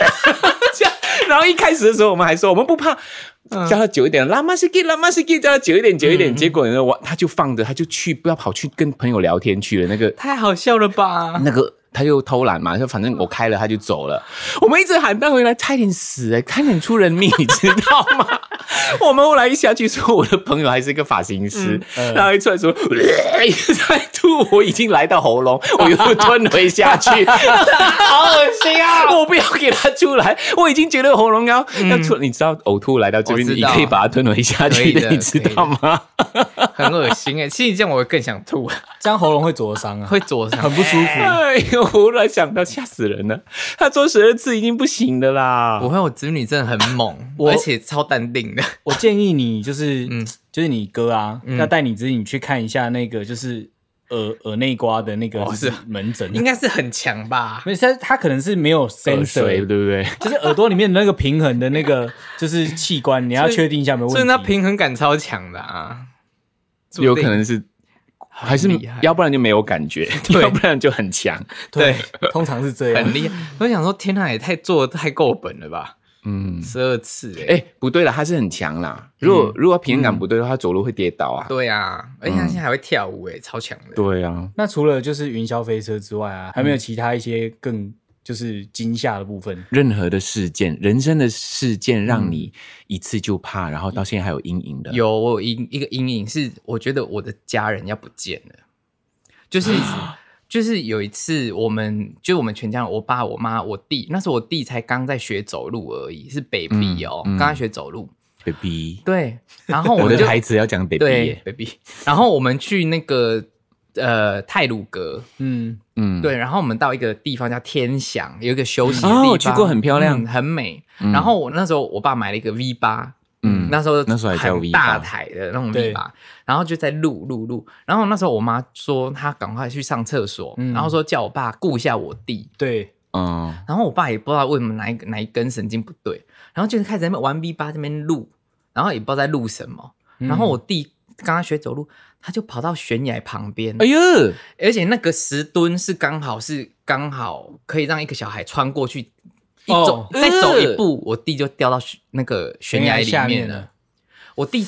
Speaker 2: 这样，然后一开始的时候，我们还说我们不怕，
Speaker 4: 嗯
Speaker 2: 叫他久一点，拉玛西基，拉玛西基，叫他久一点，久一点。结果呢，我他就放着，他就去，不要跑去跟朋友聊天去了。那个
Speaker 3: 太好笑了吧？
Speaker 2: 那个，他就偷懒嘛，就反正我开了，他就走了。我们一直喊他回来，差一点死、欸，差一点出人命，你知道吗？ 我们后来一下去说，我的朋友还是一个发型师，
Speaker 4: 嗯
Speaker 2: 然后一出来说， 哎一直在吐，我已经来到喉 咙，我又吞回下去。
Speaker 3: 好恶心啊！嗯
Speaker 2: 我不要给它出来，我已经觉得喉咙要、要出，你知道呕吐来到这边，
Speaker 3: 我知
Speaker 2: 你
Speaker 3: 道
Speaker 2: 可以把它吞回下
Speaker 3: 可以
Speaker 2: 去
Speaker 3: 的嗯
Speaker 2: 你知道吗？
Speaker 3: 很恶心哎、其实这样我会更想吐，
Speaker 4: 这样喉咙会灼伤啊，
Speaker 3: 会灼伤，
Speaker 4: 很不舒服。
Speaker 2: 哎呦，我忽然想到，吓死人了！他做十二次已经不行的啦。
Speaker 3: 不会，我子女真的很猛，而且超淡定的。
Speaker 4: 我建议你就是，
Speaker 3: 嗯
Speaker 4: 就是你哥啊，
Speaker 3: 嗯
Speaker 4: 要带你子女去看一下那个就是耳耳内瓜的那个
Speaker 3: 哦
Speaker 4: 就是
Speaker 3: 是
Speaker 4: 门诊，
Speaker 3: 应该是很强吧？
Speaker 4: 没有他他可能是没有
Speaker 2: 跟谁
Speaker 4: sensor，
Speaker 2: 对不对？
Speaker 4: 就是耳朵里面的那个平衡的那个就是器官，你要确定一下有没有
Speaker 3: 所以
Speaker 4: 问
Speaker 3: 他
Speaker 4: 题。
Speaker 3: 平衡感超强的啊，
Speaker 2: 有可能是还是
Speaker 3: 厉害
Speaker 2: 要不然就没有感 觉，要不然就很强。
Speaker 4: 对，通常是这样
Speaker 3: 很。厉害。我想说，天哪，啊也太做的太够本了吧？
Speaker 2: 嗯，
Speaker 3: 十二次哎、
Speaker 2: 哎、不对了，他是很强啦。如果、如果平衡感不对的话，走路会跌倒啊。
Speaker 3: 对啊，而且
Speaker 4: 嗯
Speaker 3: 他现在还会跳舞哎、超强的。
Speaker 2: 对啊，
Speaker 4: 那除了就是云霄飞车之外啊，还
Speaker 2: 嗯
Speaker 4: 没有其他一些更就是惊吓的部分？
Speaker 2: 任何的事件，人生的事件，让你一次就怕，然后到现在还嗯有阴影的。
Speaker 3: 有我有阴一个阴影是，我觉得我的家人要不见了，就是
Speaker 2: 啊
Speaker 3: 就是有一次我们就我们全家人，我爸、我妈、我弟，那时候我弟才刚在学走路而已，是 baby 哦，
Speaker 2: 嗯嗯
Speaker 3: 刚刚学走路。
Speaker 2: baby，
Speaker 3: 对，然后我
Speaker 2: 我
Speaker 3: 们
Speaker 2: 的
Speaker 3: 就
Speaker 2: 台词要讲 baby
Speaker 3: 对
Speaker 2: 耶。
Speaker 3: baby，然后我们去那个呃泰鲁阁，
Speaker 4: 嗯，
Speaker 2: 嗯，
Speaker 3: 对，然后我们到一个地方叫天祥，有一个休息的地
Speaker 2: 哦
Speaker 3: 方，
Speaker 2: 我去过很漂亮
Speaker 3: 嗯很美。
Speaker 2: 嗯
Speaker 3: 然后我那时候我爸买了一个 V 八，
Speaker 2: 嗯
Speaker 3: 那时候
Speaker 2: 那时候还叫
Speaker 3: 很
Speaker 2: V8
Speaker 3: 大台的那种 V
Speaker 4: 对
Speaker 3: 八，然后就在录录录，然后那时候我妈说她赶快去上厕所，
Speaker 4: 嗯
Speaker 3: 然后说叫我爸顾一下我弟，
Speaker 4: 对，
Speaker 2: 嗯，
Speaker 3: 然后我爸也不知道为什么哪一个哪一根神经不对，然后就开始在那边玩 V 八这边录，然后也不知道在录什么，
Speaker 2: 嗯
Speaker 4: 嗯
Speaker 3: 然后我弟刚刚学走路，他就跑到悬崖旁边，
Speaker 2: 哎呦，
Speaker 3: 而且那个石墩是刚好是刚好可以让一个小孩穿过去，一走、
Speaker 4: 哦
Speaker 3: 再走一步，我弟就掉到悬那个悬崖
Speaker 4: 下
Speaker 3: 里
Speaker 4: 面
Speaker 3: 面了。。我弟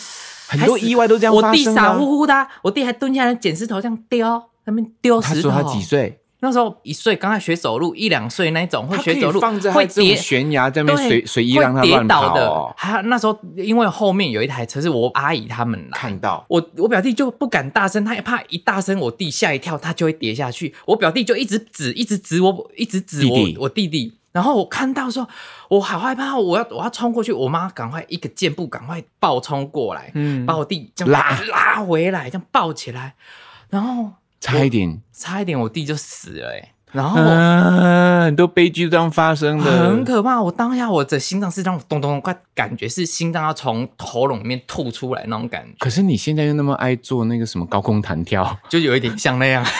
Speaker 2: 很多
Speaker 3: 还死
Speaker 2: 意外都这样
Speaker 3: 我
Speaker 2: 发
Speaker 3: 弟
Speaker 2: 生
Speaker 3: 傻
Speaker 2: 啊。
Speaker 3: 乎乎的啊、我弟还蹲下来捡石头这样丢，那边丢
Speaker 2: 他
Speaker 3: 石头。
Speaker 2: 说他几？岁？
Speaker 3: 那时候一岁，刚才学走路，一两岁那一种会
Speaker 2: 他可
Speaker 3: 学
Speaker 2: 以
Speaker 3: 走路，
Speaker 2: 放在
Speaker 3: 会
Speaker 2: 他这种
Speaker 3: 跌。
Speaker 2: 悬崖在那
Speaker 3: 对，
Speaker 2: 边随随意
Speaker 3: 会
Speaker 2: 让他
Speaker 3: 跌
Speaker 2: 乱
Speaker 3: 倒
Speaker 2: 跑、
Speaker 3: 的
Speaker 2: 哦，，
Speaker 3: 还有那时候因为后面有一台车是我阿姨他们来，
Speaker 2: 看到
Speaker 3: 我我表弟就不敢大声，他也怕一大声我弟吓一跳，他就会跌下去。我表弟就一直指，一直指我，一直指我
Speaker 2: 弟弟
Speaker 3: 我弟弟。然后我看到说，我好害怕，我要我要冲过去，我妈赶快一个箭步赶快暴冲过来，
Speaker 4: 嗯
Speaker 3: 把我弟这样
Speaker 2: 拉
Speaker 3: 拉回来，这样抱起来，然后
Speaker 2: 差一点，
Speaker 3: 差一点我弟就死了、欸，然
Speaker 2: 哦
Speaker 3: 后。
Speaker 2: 啊，很多悲剧这样发生的，
Speaker 3: 很可怕，我当下我的心脏是那种咚咚咚，快感觉是心脏要从喉咙里面吐出来那种感觉。
Speaker 2: 可是你现在又那么爱做那个什么高空弹跳，
Speaker 3: 就有一点像那样。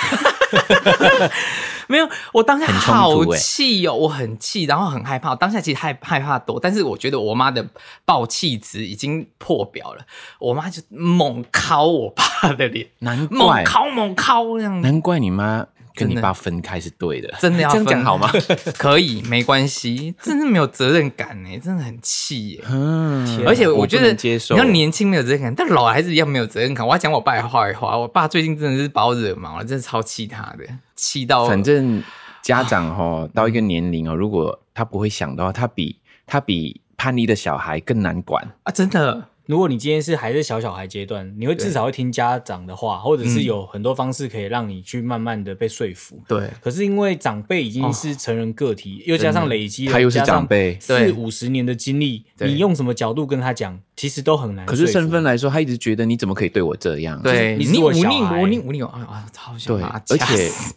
Speaker 3: 没有，我当下
Speaker 2: 很冲
Speaker 3: 好
Speaker 2: 突欸
Speaker 3: 气哦，我很气，然后很害怕。我当下其实害害怕多，但是我觉得我妈的暴气值已经破表了。我妈就猛敲我爸的 脸，
Speaker 2: 难
Speaker 3: 猛
Speaker 2: 怪
Speaker 3: 敲猛敲那样子，
Speaker 2: 难怪你妈跟
Speaker 3: 真
Speaker 2: 你
Speaker 3: 的
Speaker 2: 爸分开是对的，
Speaker 3: 真的要
Speaker 2: 这样
Speaker 3: 分
Speaker 2: 讲好吗？？
Speaker 3: 可以，没关系，真的没有责任感哎、真的很气耶、
Speaker 2: 嗯，
Speaker 3: 而且
Speaker 2: 我
Speaker 3: 我
Speaker 2: 不
Speaker 3: 觉
Speaker 2: 能
Speaker 3: 得，
Speaker 2: 接受
Speaker 3: 你要年轻没有责任感，但老了还是一样没有责任感。我要讲我爸的坏话，我爸最近真的是把我惹毛了，真的超气他的，气到
Speaker 2: 反正家长哦，到一个年龄哦，如果他不会想的话，他比他比叛逆的小孩更难管。
Speaker 3: 啊，真的，
Speaker 4: 如果你今天是还是小小孩阶段，你会至少会听家长的话，或者
Speaker 2: 嗯
Speaker 4: 是有很多方式可以让你去慢慢的被说服。
Speaker 3: 对
Speaker 4: 可是因为长辈已经是成人个体，又加上累积了，
Speaker 2: 哦他又是长辈
Speaker 4: 加上四五十年的经历，
Speaker 3: 对
Speaker 4: 你用什么角度跟他讲，其实都很难
Speaker 2: 可
Speaker 4: 说服。
Speaker 2: 是身份来说，他一直觉得你怎么可以对我这样？
Speaker 3: 对，
Speaker 4: 你
Speaker 3: 你
Speaker 4: 是
Speaker 3: 忤
Speaker 4: 我
Speaker 3: 逆
Speaker 4: 小孩
Speaker 3: 忤逆忤逆我，哎呦啊，超想
Speaker 2: 对，
Speaker 3: 把他
Speaker 2: 而
Speaker 3: 掐
Speaker 2: 且
Speaker 3: 死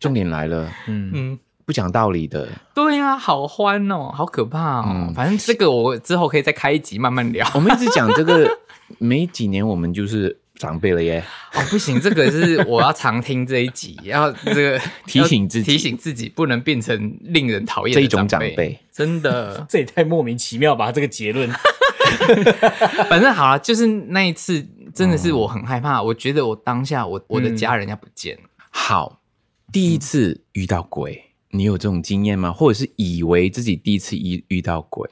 Speaker 2: 重点来了，
Speaker 4: 嗯，
Speaker 3: 嗯，
Speaker 2: 不讲道理的，
Speaker 3: 对啊，好欢哦，好可怕哦。
Speaker 2: 嗯
Speaker 3: 反正这个我之后可以再开一集慢慢聊。
Speaker 2: 我们一直讲这个，没几年我们就是长辈了 耶。
Speaker 3: 哦，不行，这个是我要常听这一集，要 这个
Speaker 2: 提醒自己
Speaker 3: 要提醒自己不能变成令人讨厌
Speaker 2: 这
Speaker 3: 的
Speaker 2: 一种长
Speaker 3: 长
Speaker 2: 辈，
Speaker 3: 真的。
Speaker 4: 这也太莫名其妙吧？这个结 论，
Speaker 3: 反正好了，就是那一次，真的是我很害怕，我觉得我当下我我的家人要不见了。
Speaker 2: 好，第一次遇到鬼，你有这种经验吗？或者是以为自己第一次遇遇到鬼？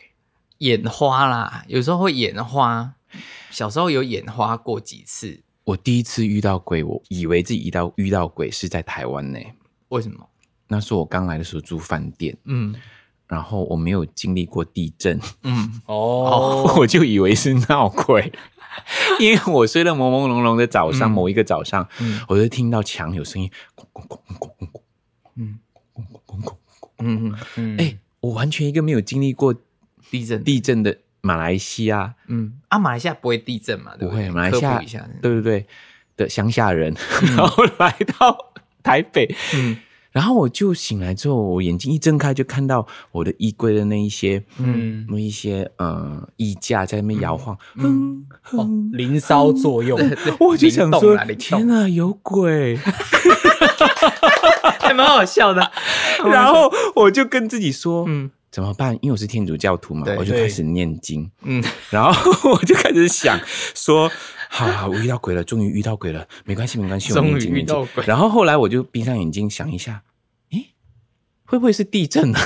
Speaker 3: 眼花啦，有时候会眼花。小时候有眼花过几次，
Speaker 2: 我第一次遇到鬼，我以为自己遇到遇到鬼是在台湾呢。
Speaker 3: 为什么？
Speaker 2: 那是我刚来的时候住饭店，
Speaker 3: 嗯
Speaker 2: 然后我没有经历过地震，
Speaker 3: 嗯，
Speaker 4: 哦，
Speaker 2: 我就以为是闹鬼。因为我睡得朦朦胧胧的早上，
Speaker 3: 嗯
Speaker 2: 某一个早上，
Speaker 3: 嗯
Speaker 2: 我就听到墙有声音，咣咣咣咣咣咣
Speaker 3: 嗯
Speaker 2: 咣咣咣。
Speaker 3: 嗯，嗯
Speaker 4: 嗯
Speaker 2: 哎、我完全一个没有经历过
Speaker 3: 地震，
Speaker 2: 地震的马来西亚，
Speaker 3: 嗯啊，马来西亚不会地震嘛？对
Speaker 2: 不
Speaker 3: 对
Speaker 2: 会，马来西亚
Speaker 3: 科普一下，
Speaker 2: 对不对的乡下人， 然后来到台北，
Speaker 3: 嗯
Speaker 2: 然后我就醒来之后，我眼睛一睁开就看到我的衣柜的那一些，
Speaker 3: 嗯
Speaker 4: 嗯，
Speaker 2: 那一些呃衣架在那边摇晃，
Speaker 3: 嗯，
Speaker 4: 哦，零骚作用，
Speaker 2: 我就想
Speaker 3: 灵动
Speaker 2: 说
Speaker 3: 啦 灵，动哦
Speaker 2: 天哪，有 鬼！
Speaker 3: 还蛮好笑 的。
Speaker 2: 然后我就跟自己说，
Speaker 3: 嗯
Speaker 2: 怎么办？因为我是天主教徒嘛
Speaker 3: 对，
Speaker 2: 我就
Speaker 4: 对
Speaker 2: 开始念经，
Speaker 3: 嗯
Speaker 2: 然后我就开始想说，好好，我遇到鬼了，终于遇到鬼了，没关系没关系，我
Speaker 3: 终于
Speaker 2: 冷静
Speaker 3: 遇到
Speaker 2: 冷静
Speaker 3: 鬼
Speaker 2: 然后后来我就闭上眼睛想一下，诶，会不会是地震啊？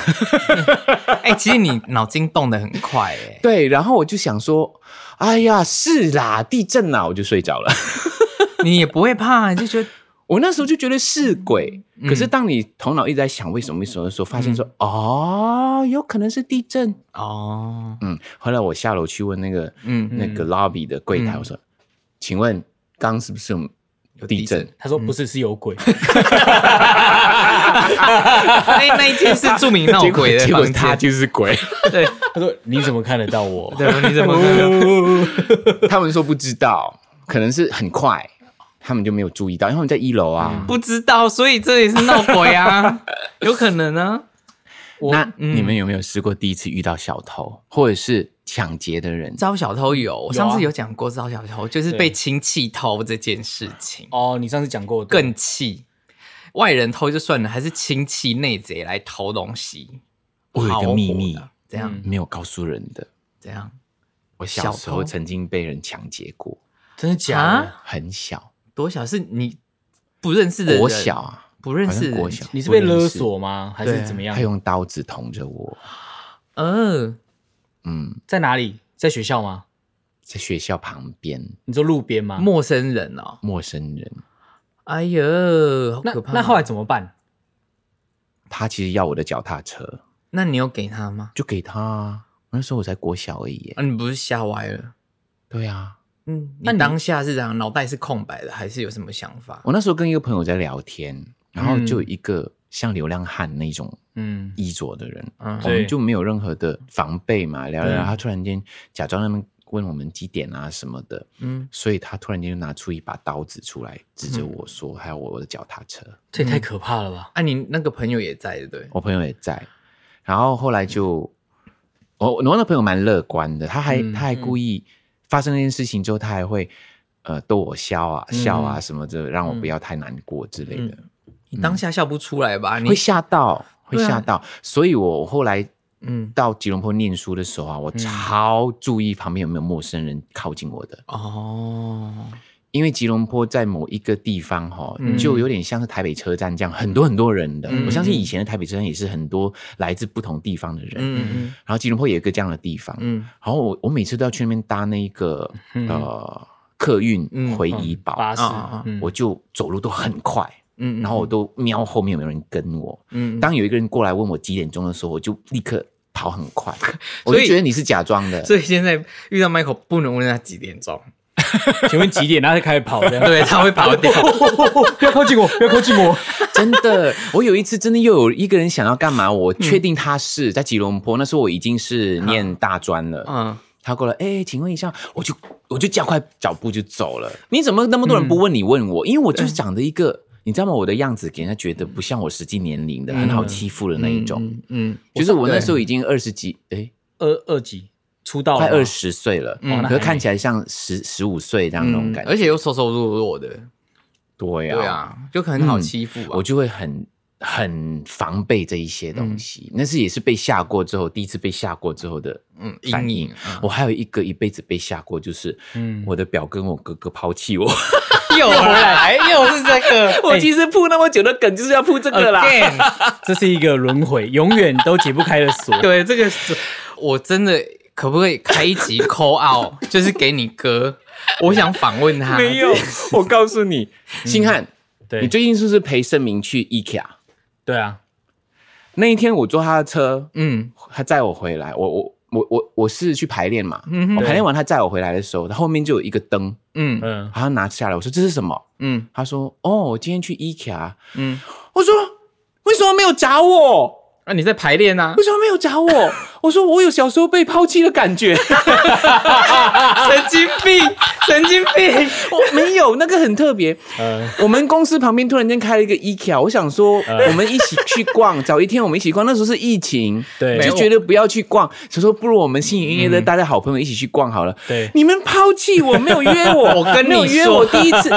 Speaker 3: 哎、其实你脑筋动得很快、哎，
Speaker 2: 对，然后我就想说，哎呀，是啦，地震啦，我就睡着了。
Speaker 3: 你也不会怕，就觉得
Speaker 2: 我那时候就觉得是鬼，
Speaker 3: 嗯
Speaker 2: 可是当你头脑一直在想为什么为什么的时候，发现说、哦，有可能是地震。
Speaker 3: 哦，
Speaker 2: 嗯，后来我下楼去问那个
Speaker 3: 嗯，
Speaker 2: 那个 lobby 的柜台，
Speaker 3: 嗯
Speaker 2: 我说，请问刚刚是不是有地震？
Speaker 4: 他说不是，是有鬼。
Speaker 3: 哎、那一天是著名闹
Speaker 2: 结果
Speaker 3: 鬼的
Speaker 2: 结
Speaker 3: 房
Speaker 2: 果
Speaker 3: 间，
Speaker 2: 他就是鬼，
Speaker 3: 对
Speaker 4: 他说你怎么看得到我？
Speaker 3: 对，你怎么看 到？
Speaker 2: 他们说不知道，可能是很快，他们就没有注意到，因为他们在一楼啊。
Speaker 3: 不知道，所以这也是闹 鬼啊，有可能啊。
Speaker 2: 那
Speaker 3: 嗯
Speaker 2: 你们有没有试过第一次遇到小偷或者是抢劫的人？
Speaker 3: 招小偷有，我
Speaker 2: 啊
Speaker 3: 上次有讲过招小偷，就是被亲戚偷这件事情
Speaker 4: 哦，你上次讲过，对
Speaker 3: 更气。外人偷就算了，还是亲戚内贼来偷东西，
Speaker 2: 我有一个秘密
Speaker 3: 好火的，怎样
Speaker 4: 嗯
Speaker 2: 没有告诉人的。
Speaker 3: 怎样？
Speaker 2: 我小时候
Speaker 3: 小偷
Speaker 2: 曾经被人抢劫过，
Speaker 4: 真的假的？
Speaker 2: 很小，
Speaker 3: 多小是你不认识的人，
Speaker 2: 国小啊，
Speaker 3: 不认
Speaker 2: 好
Speaker 3: 识
Speaker 2: 像国小，
Speaker 4: 你是被
Speaker 2: 不认
Speaker 4: 勒
Speaker 2: 识，
Speaker 4: 索吗？还
Speaker 3: 对
Speaker 4: 是怎么样
Speaker 2: 他？用刀子捅着我。
Speaker 3: 嗯、
Speaker 2: 嗯，
Speaker 4: 在哪里？在学校吗？
Speaker 2: 在学校旁边，
Speaker 4: 你说路边吗？
Speaker 3: 陌生人哦。
Speaker 2: 陌生人，
Speaker 3: 哎呦，好
Speaker 4: 那
Speaker 3: 可怕！
Speaker 4: 那后来，怎么办？
Speaker 2: 他其实要我的脚踏车，
Speaker 3: 那你有给他吗？
Speaker 2: 就给他啊。那时候我才国小而已耶。
Speaker 3: 啊，你不是吓歪了？
Speaker 2: 对啊，
Speaker 3: 嗯，
Speaker 4: 那
Speaker 3: 你
Speaker 4: 你
Speaker 3: 当下是这样，脑袋是空白的，还是有什么想法？
Speaker 2: 我那时候跟一个朋友在聊天，然后
Speaker 4: 嗯
Speaker 2: 就有一个像流浪汉那种
Speaker 4: 嗯，
Speaker 2: 衣着的人，
Speaker 3: 嗯
Speaker 2: 我们
Speaker 4: 对
Speaker 2: 就没有任何的防备嘛。聊聊聊，
Speaker 4: 对
Speaker 2: 他突然间假装他们问我们几点啊什么的，
Speaker 3: 嗯，
Speaker 2: 所以他突然间就拿出一把刀子出来，指着
Speaker 4: 嗯
Speaker 2: 我说，还有我的脚踏车。
Speaker 4: 这也太可怕了吧！
Speaker 3: 啊，你那个朋友也在，对不对？
Speaker 2: 我朋友也在，然后后来就我我那朋友蛮乐观的，他还、
Speaker 4: 嗯
Speaker 2: 他还故意发生那件事情之后，他还会呃逗我笑啊、
Speaker 4: 嗯
Speaker 2: 笑啊什么的，让我不要太难过之类的，嗯
Speaker 3: 你当下笑不出来吧？你
Speaker 2: 会吓到，会
Speaker 3: 对啊
Speaker 2: 吓到。所以我后来
Speaker 3: 嗯，
Speaker 2: 到吉隆坡念书的时候啊，我超注意旁边有没有陌生人靠近我的，
Speaker 3: 哦，
Speaker 2: 因为吉隆坡在某一个地方哈、
Speaker 3: 嗯
Speaker 2: 就有点像是台北车站这样，很多很多人的。
Speaker 3: 嗯
Speaker 2: 我相信以前的台北车站也是很多来自不同地方的人。
Speaker 3: 嗯
Speaker 2: 然后吉隆坡有一个这样的地方，
Speaker 3: 嗯
Speaker 2: 然后我我每次都要去那边搭那个、
Speaker 4: 嗯
Speaker 2: 呃客运
Speaker 3: 嗯
Speaker 2: 回
Speaker 4: 嗯
Speaker 2: 怡保，
Speaker 4: 巴士
Speaker 3: 啊啊啊，
Speaker 4: 嗯
Speaker 2: 我就走路都很快，
Speaker 3: 嗯，
Speaker 2: 然后我都瞄后面有没有人跟我。
Speaker 3: 嗯，嗯
Speaker 2: 当有一个人过来问我几点钟的时候，我就立刻跑很 快，我
Speaker 3: 所以
Speaker 2: 就觉得你是假装的。
Speaker 3: 所以现在遇到 Michael 不能问他几点钟，
Speaker 4: 请问几点？然后就开始跑，这样。
Speaker 3: 对他会跑 掉。
Speaker 4: 不要靠近我，不要靠近我。
Speaker 2: 真的，我有一次真的又有一个人想要干嘛，我确定他是在吉隆 坡，那时候我已经是念大专了。
Speaker 3: 嗯，
Speaker 2: 他过来，哎、请问一下，我就我就加快脚步就走了。你怎么那么多人不问你问我？因为我就是长得一个，你知道吗？我的样子给人家觉得不像我实际年龄的，很好欺负的那一种。
Speaker 3: 嗯嗯，
Speaker 2: 就是我那时候已经二十几，哎、
Speaker 4: 二二级出道了
Speaker 2: 快
Speaker 4: 吗
Speaker 2: 二，十岁了，
Speaker 3: 嗯
Speaker 2: 可是看起来像十十五岁这样那种
Speaker 3: 嗯
Speaker 2: 感觉。
Speaker 3: 而且又瘦瘦弱弱的，
Speaker 2: 对呀、
Speaker 3: 对啊，就很好欺负啊。
Speaker 2: 我就会很很防备这一些东西。
Speaker 4: 嗯
Speaker 2: 那是也是被吓过之后，第一次被吓过之后的
Speaker 3: 嗯
Speaker 2: 反
Speaker 3: 阴影
Speaker 2: 我还有一个一辈子被吓过，就是
Speaker 4: 嗯哎
Speaker 2: 我的表哥跟我哥哥抛弃 我。
Speaker 3: 又来，又是这 个
Speaker 2: 我其实铺那么久的梗就是要铺这个啦。
Speaker 3: again。
Speaker 4: 这是一个轮回，永远都解不开的锁。
Speaker 3: 对，这个是我真的可不可以开一集 call out，就 是给你哥，我想访问他。
Speaker 2: 没有， 我告诉你，星汉，
Speaker 4: 嗯对
Speaker 2: 你最近是不是陪盛明去 IKEA？
Speaker 4: 对啊，
Speaker 2: 那一天我坐他的车，
Speaker 3: 嗯
Speaker 2: 他载我回来，我我。我我我是去排练嘛，
Speaker 3: 嗯哼
Speaker 2: 我排练完他载我回来的时候，他后面就有一个灯，
Speaker 3: 嗯
Speaker 4: 嗯，
Speaker 2: 他拿下来，我说这是什么？
Speaker 3: 嗯
Speaker 2: 他说：“哦，我今天去 IKEA。
Speaker 3: 嗯，”
Speaker 2: 我说：“为什么没有砸我？
Speaker 3: 啊，你在排练啊？
Speaker 2: 为什么没有砸我？”我说：“我有小时候被抛弃的感 觉。
Speaker 3: 神经病，神经病！”
Speaker 2: 我没有，那个很特别。
Speaker 4: 呃，
Speaker 2: 我们公司旁边突然间开了一个 IKEA，我想说
Speaker 4: 呃
Speaker 2: 我们一起去 逛，找一天我们一起逛。那时候是疫情，
Speaker 4: 对
Speaker 2: 就觉得不要去逛，想说不如我们心营业
Speaker 3: 嗯
Speaker 2: 的大家好朋友一起去逛好了。
Speaker 4: 对
Speaker 2: 你们抛弃我，没有约我，
Speaker 3: 我跟你
Speaker 2: 没有约
Speaker 3: 说
Speaker 2: 我，第一次，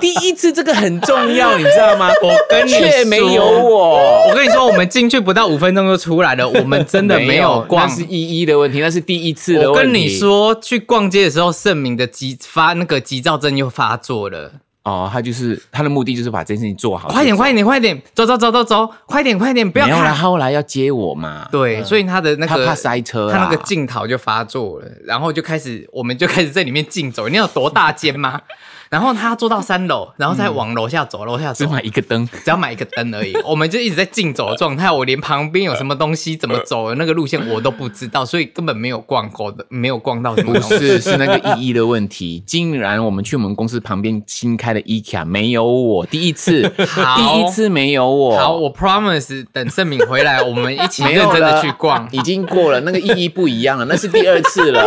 Speaker 2: 第一次这个很重要，你知道 吗？我
Speaker 3: 跟你
Speaker 2: 却没有
Speaker 3: 说
Speaker 2: 我。
Speaker 3: 我跟你说，我们进去不到五分钟就出来了，我们真的没有逛
Speaker 2: 那。是一一的问题，那是第一次的
Speaker 3: 我
Speaker 2: 问题。
Speaker 3: 跟你，说，去逛街的时候，盛明的肌发那个急躁症又发作了。
Speaker 2: 哦，他就是他的目的哦就是把这件事情做好，
Speaker 3: 快点，
Speaker 2: 就走
Speaker 3: 快点，快点，走走走走走，快点，快点，不要
Speaker 2: 没有啦，
Speaker 3: 看。
Speaker 2: 后来要接我嘛，
Speaker 3: 对，所以他的那
Speaker 2: 他
Speaker 3: 个
Speaker 2: 怕塞车啊啦，
Speaker 3: 他那个镜头就发作了，然后就开始，我们就开始在里面竞走，你有多大间吗？然后他坐到三楼，然后再往楼下走，楼下走
Speaker 2: 只，买一个灯，
Speaker 3: 只要买一个灯而已。我们就一直在竞走的状态，我连旁边有什么东西怎么走的那个路线我都不知道，所以根本没有逛过的，没有逛到什么
Speaker 2: 不
Speaker 3: 东西。
Speaker 2: 是是那个意义的问题。竟然我们去我们公司旁边新开的 IKEA 没有我，第一 次，
Speaker 3: 好
Speaker 2: 第一次没有我，
Speaker 3: 好，我 promise 等盛敏回来，我们一起
Speaker 2: 没
Speaker 3: 认
Speaker 2: 有
Speaker 3: 真的
Speaker 2: 了
Speaker 3: 去逛。
Speaker 2: 已经过了，那个意义不一样了，那是第二次 了。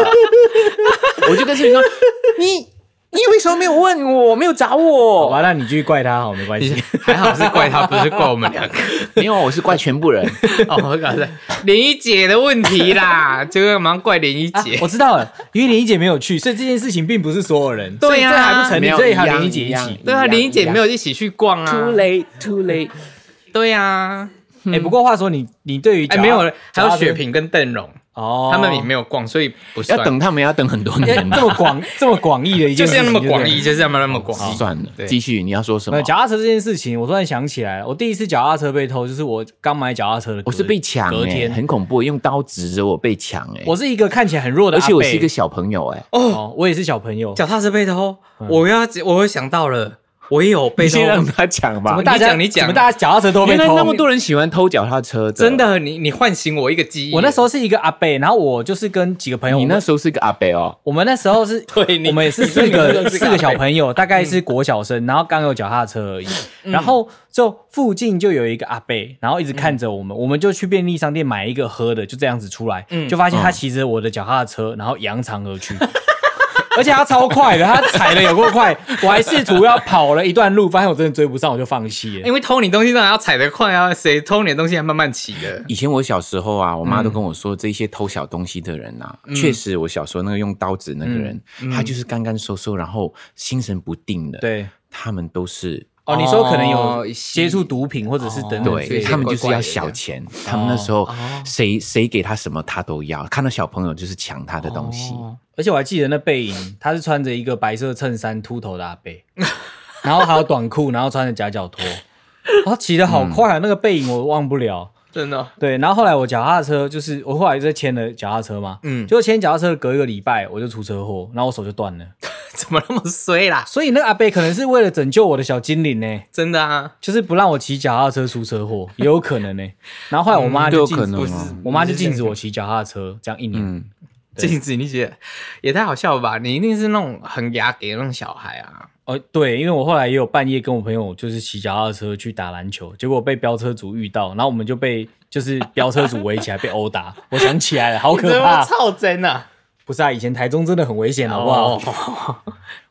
Speaker 2: 我就跟志明说，你你为什么没有问我，没有找
Speaker 4: 好吧，
Speaker 2: 我？
Speaker 4: 那你继续怪他好，没关系。
Speaker 3: 还好是怪他，不是怪我们两个。
Speaker 2: 没有，我是怪全部人。
Speaker 3: 哦，我搞错，林一姐的问题啦，这个忙怪林一姐。
Speaker 4: 啊我知道了，因为林一姐没有去，所以这件事情并不是所有人，
Speaker 3: 对啊呀
Speaker 4: 所以这还不成
Speaker 2: 没
Speaker 4: 立，
Speaker 2: 有
Speaker 4: 所以还
Speaker 2: 一
Speaker 4: 有
Speaker 2: 样
Speaker 4: 林一姐
Speaker 2: 一
Speaker 4: 一
Speaker 2: 样
Speaker 4: 起。
Speaker 3: 对啊，林一姐没
Speaker 2: 有
Speaker 3: 有一起去逛啊。
Speaker 2: too late too late。
Speaker 3: 对呀，
Speaker 4: 哎、不过话说你，你对于
Speaker 3: 嗯哎，
Speaker 4: 脚
Speaker 3: 没有，还
Speaker 4: 脚踏
Speaker 3: 有
Speaker 4: 车
Speaker 3: 雪萍跟邓荣，
Speaker 4: 哦，
Speaker 3: 他们也没有逛，所以不算。
Speaker 2: 要等他们要等很多
Speaker 4: 哎
Speaker 2: 年呢
Speaker 4: 这么广这么广义的一
Speaker 3: 就
Speaker 4: 件
Speaker 3: 是要
Speaker 4: 事情，
Speaker 3: 那么广
Speaker 4: 对
Speaker 3: 义，
Speaker 4: 不对。
Speaker 3: 就是要那么广义。
Speaker 2: 啊算了
Speaker 3: 对，
Speaker 2: 继续你要说什
Speaker 4: 没
Speaker 2: 么
Speaker 4: 有？脚踏车这件事情，我突然想起来了，我第一次脚踏车被偷，就是我刚买脚踏车的隔，
Speaker 2: 我是被抢
Speaker 4: 隔
Speaker 2: 哎，
Speaker 4: 天，
Speaker 2: 很恐怖，用刀指着我被抢哎，
Speaker 4: 我是一个看起来很弱的
Speaker 2: 而
Speaker 4: 阿伯，
Speaker 2: 且我是一个小朋友哎，
Speaker 4: 哦，我也是小朋友，
Speaker 3: 脚踏车被偷，哦我要我又想到了，我也有被
Speaker 2: 你
Speaker 3: 偷
Speaker 2: 先。让他抢
Speaker 4: 怎
Speaker 2: 吧
Speaker 4: 么。大家
Speaker 3: 你讲你讲
Speaker 4: 怎么大家脚踏车都被
Speaker 2: 原来
Speaker 4: 偷？
Speaker 2: 那么多人喜欢偷脚踏车，
Speaker 3: 真。的，你你唤醒我一个记忆。
Speaker 4: 我那时
Speaker 3: 候
Speaker 4: 候是一个阿伯，然后我就是跟几个朋友，
Speaker 2: 你
Speaker 4: 我们
Speaker 2: 那时候是个阿伯哦，
Speaker 4: 我们那时候是，
Speaker 3: 对你
Speaker 4: 我们也是
Speaker 3: 你
Speaker 4: 四
Speaker 3: 你真
Speaker 4: 个
Speaker 3: 的是嗯
Speaker 4: 四
Speaker 3: 个阿
Speaker 4: 个
Speaker 3: 伯
Speaker 4: 小朋友，大概是国小生，然后刚有脚踏车而已。
Speaker 3: 嗯
Speaker 4: 然后就附近就有一个阿伯，然后一直看着
Speaker 3: 嗯
Speaker 4: 我们，我们就去便利商店买一个喝的，就这样子出来，就发
Speaker 3: 嗯
Speaker 4: 现他骑着我的脚踏车，然后扬长 而去。而且他超快的，他踩的有够快，我还试图要跑了一段路，发现我真的追不上，我就放弃了。
Speaker 3: 因为偷你东西当然要踩得快啊，谁偷你的东西还慢慢骑的？
Speaker 2: 以前我小时候啊，我妈都跟我说，这些偷小东西的人呐、确实，我小时候那个用刀子那个人，他就是干干瘦瘦，然后心神不定的。，
Speaker 4: 对，
Speaker 2: 他们都是
Speaker 4: 哦，你说可能
Speaker 3: 哦
Speaker 4: 有接触毒品或者是等等之
Speaker 2: 对
Speaker 4: 类
Speaker 2: 他
Speaker 4: 的，
Speaker 2: 们就是要
Speaker 3: 怪怪的
Speaker 2: 小钱，他们那时候谁谁给他什么他都要，看到小朋友就是抢他的东西。
Speaker 3: 哦
Speaker 4: 而且我还记得那背影，他是穿着一个白色衬衫、秃头的阿伯， 然后还有短裤，然后穿着夹脚拖，然后骑得好快啊！
Speaker 2: 嗯
Speaker 4: 那个背影我忘不了。
Speaker 3: 真的，
Speaker 4: 对，然后后来我脚踏车就是我后来就签了脚踏车嘛，嗯，就签脚踏车隔一个礼拜我就出车祸，然后我手就断了。
Speaker 3: 怎么那么衰啦？
Speaker 4: 所以那个阿伯可能是为了拯救我的小精灵呢、
Speaker 3: 真的啊，
Speaker 4: 就是不让我骑脚踏车出车祸，也有可能呢、然后后来我妈
Speaker 2: 嗯都
Speaker 4: 就
Speaker 2: 有
Speaker 4: 禁止、
Speaker 2: 可能哦
Speaker 4: 不是我妈就禁止我骑脚踏车，这样一年。
Speaker 2: 嗯，
Speaker 3: 镜子，你姐也太好笑了吧？你一定是那种很牙给的那种小孩啊！
Speaker 4: 哦，对，因为我后来也有半夜跟我朋友就是骑脚踏车去打篮球，结果被飙车族遇到，然后我们就被就是飙车族围起来被殴打。我想起来了，好
Speaker 3: 你
Speaker 4: 可
Speaker 3: 怎么
Speaker 4: 怕！
Speaker 3: 操真啊！
Speaker 4: 不是啊，以前台中真的很危险，好不好？
Speaker 3: 哦，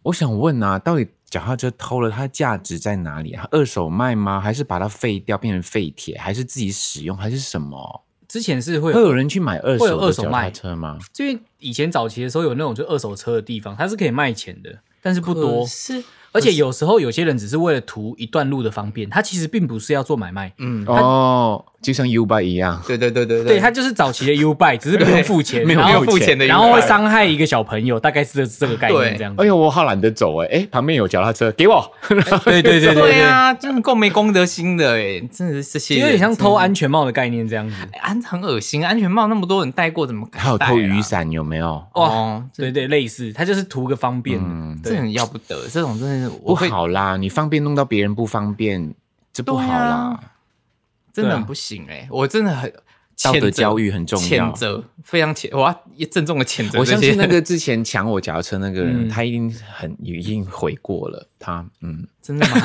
Speaker 2: 我想问啊，到底脚踏车偷了它的价值在哪里？它二手卖吗？还是把它废掉变成废铁？还是自己使用？还是什么？
Speaker 4: 之前是会
Speaker 2: 会有人去买二
Speaker 4: 会有
Speaker 2: 手
Speaker 4: 二
Speaker 2: 的
Speaker 4: 手
Speaker 2: 脚
Speaker 4: 卖
Speaker 2: 踏车吗？
Speaker 4: 因为以前早期的时候有那种就二手车的地方，它是可以卖钱的，但是不多。
Speaker 3: 是
Speaker 4: 而且有时候有些人只是为了图一段路的方便，他其实并不是要做买卖，
Speaker 2: 哦，就像 U 拜一样。
Speaker 3: 嗯对对对对
Speaker 4: 对他就是早期的 U Bike，只是不用付钱，
Speaker 2: 没有
Speaker 4: 然后
Speaker 2: 没有付钱
Speaker 3: 的啊 U
Speaker 4: 然后会
Speaker 3: bike
Speaker 4: 伤害一个小朋友，大概是这这个概念这样子。
Speaker 2: 哎呦，我好懒得走哎、哎、旁边有脚踏车，给我。
Speaker 4: 对对对
Speaker 3: 对啊，真的够没公德心的哎，真的是这些
Speaker 4: 就
Speaker 3: 人
Speaker 4: 有点像偷安全帽的概念这样子。
Speaker 3: 哎安很恶心，安全帽那么多人戴过，怎么敢
Speaker 2: 还有
Speaker 3: 戴
Speaker 2: 偷
Speaker 3: 啊
Speaker 2: 雨伞有没有？
Speaker 3: 哦，
Speaker 4: 对对，类似，他就是图个方便。
Speaker 2: 嗯
Speaker 3: 这
Speaker 4: 对，
Speaker 3: 很要不得，这种真的是
Speaker 2: 不
Speaker 3: 我会
Speaker 2: 好啦，你方便弄到别人不方便，这不好啦。
Speaker 3: 真的
Speaker 4: 对
Speaker 3: 很
Speaker 4: 啊
Speaker 3: 不行哎，我真的很
Speaker 2: 道德
Speaker 3: 谴责
Speaker 2: 教育很重
Speaker 3: 谴
Speaker 2: 要。
Speaker 3: 责非常谴，我要郑重的谴责
Speaker 2: 我
Speaker 3: 这
Speaker 2: 相
Speaker 3: 些
Speaker 2: 信那
Speaker 3: 人。
Speaker 2: 个之前抢我脚踏车那个人，
Speaker 4: 嗯
Speaker 2: 他一定很已经悔过了。他嗯，
Speaker 3: 真的吗？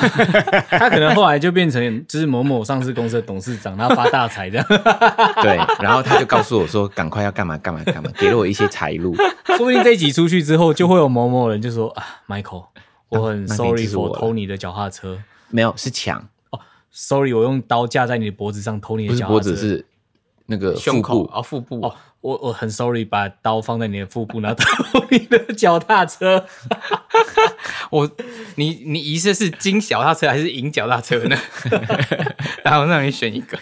Speaker 4: 他可能后来就变成就是某某上市公司的董事长，他发大财这样，
Speaker 2: 对， 然后他就告诉我说，赶快要干嘛干嘛干嘛，给了我一些财路。
Speaker 4: 说不定这一集出去之后，就会有某某人就说啊，Michael，我很
Speaker 2: 那边
Speaker 4: sorry
Speaker 2: 就是我
Speaker 4: for
Speaker 2: 了
Speaker 4: 偷你的脚踏车
Speaker 2: 没有，是抢，
Speaker 4: ，sorry 我用刀架在你的脖子上偷你
Speaker 2: 不
Speaker 4: 的
Speaker 2: 是
Speaker 4: 脚
Speaker 2: 脖
Speaker 4: 踏车，
Speaker 2: 子是那个
Speaker 3: 胸
Speaker 2: 腹
Speaker 3: 口
Speaker 2: 部。
Speaker 3: 啊，腹部
Speaker 4: 哦，我我很 sorry 把刀放在你的腹部，然后偷你的脚踏 车，
Speaker 3: 我，你你疑似是金脚踏车还是银脚踏车呢？ 然后让你选一个。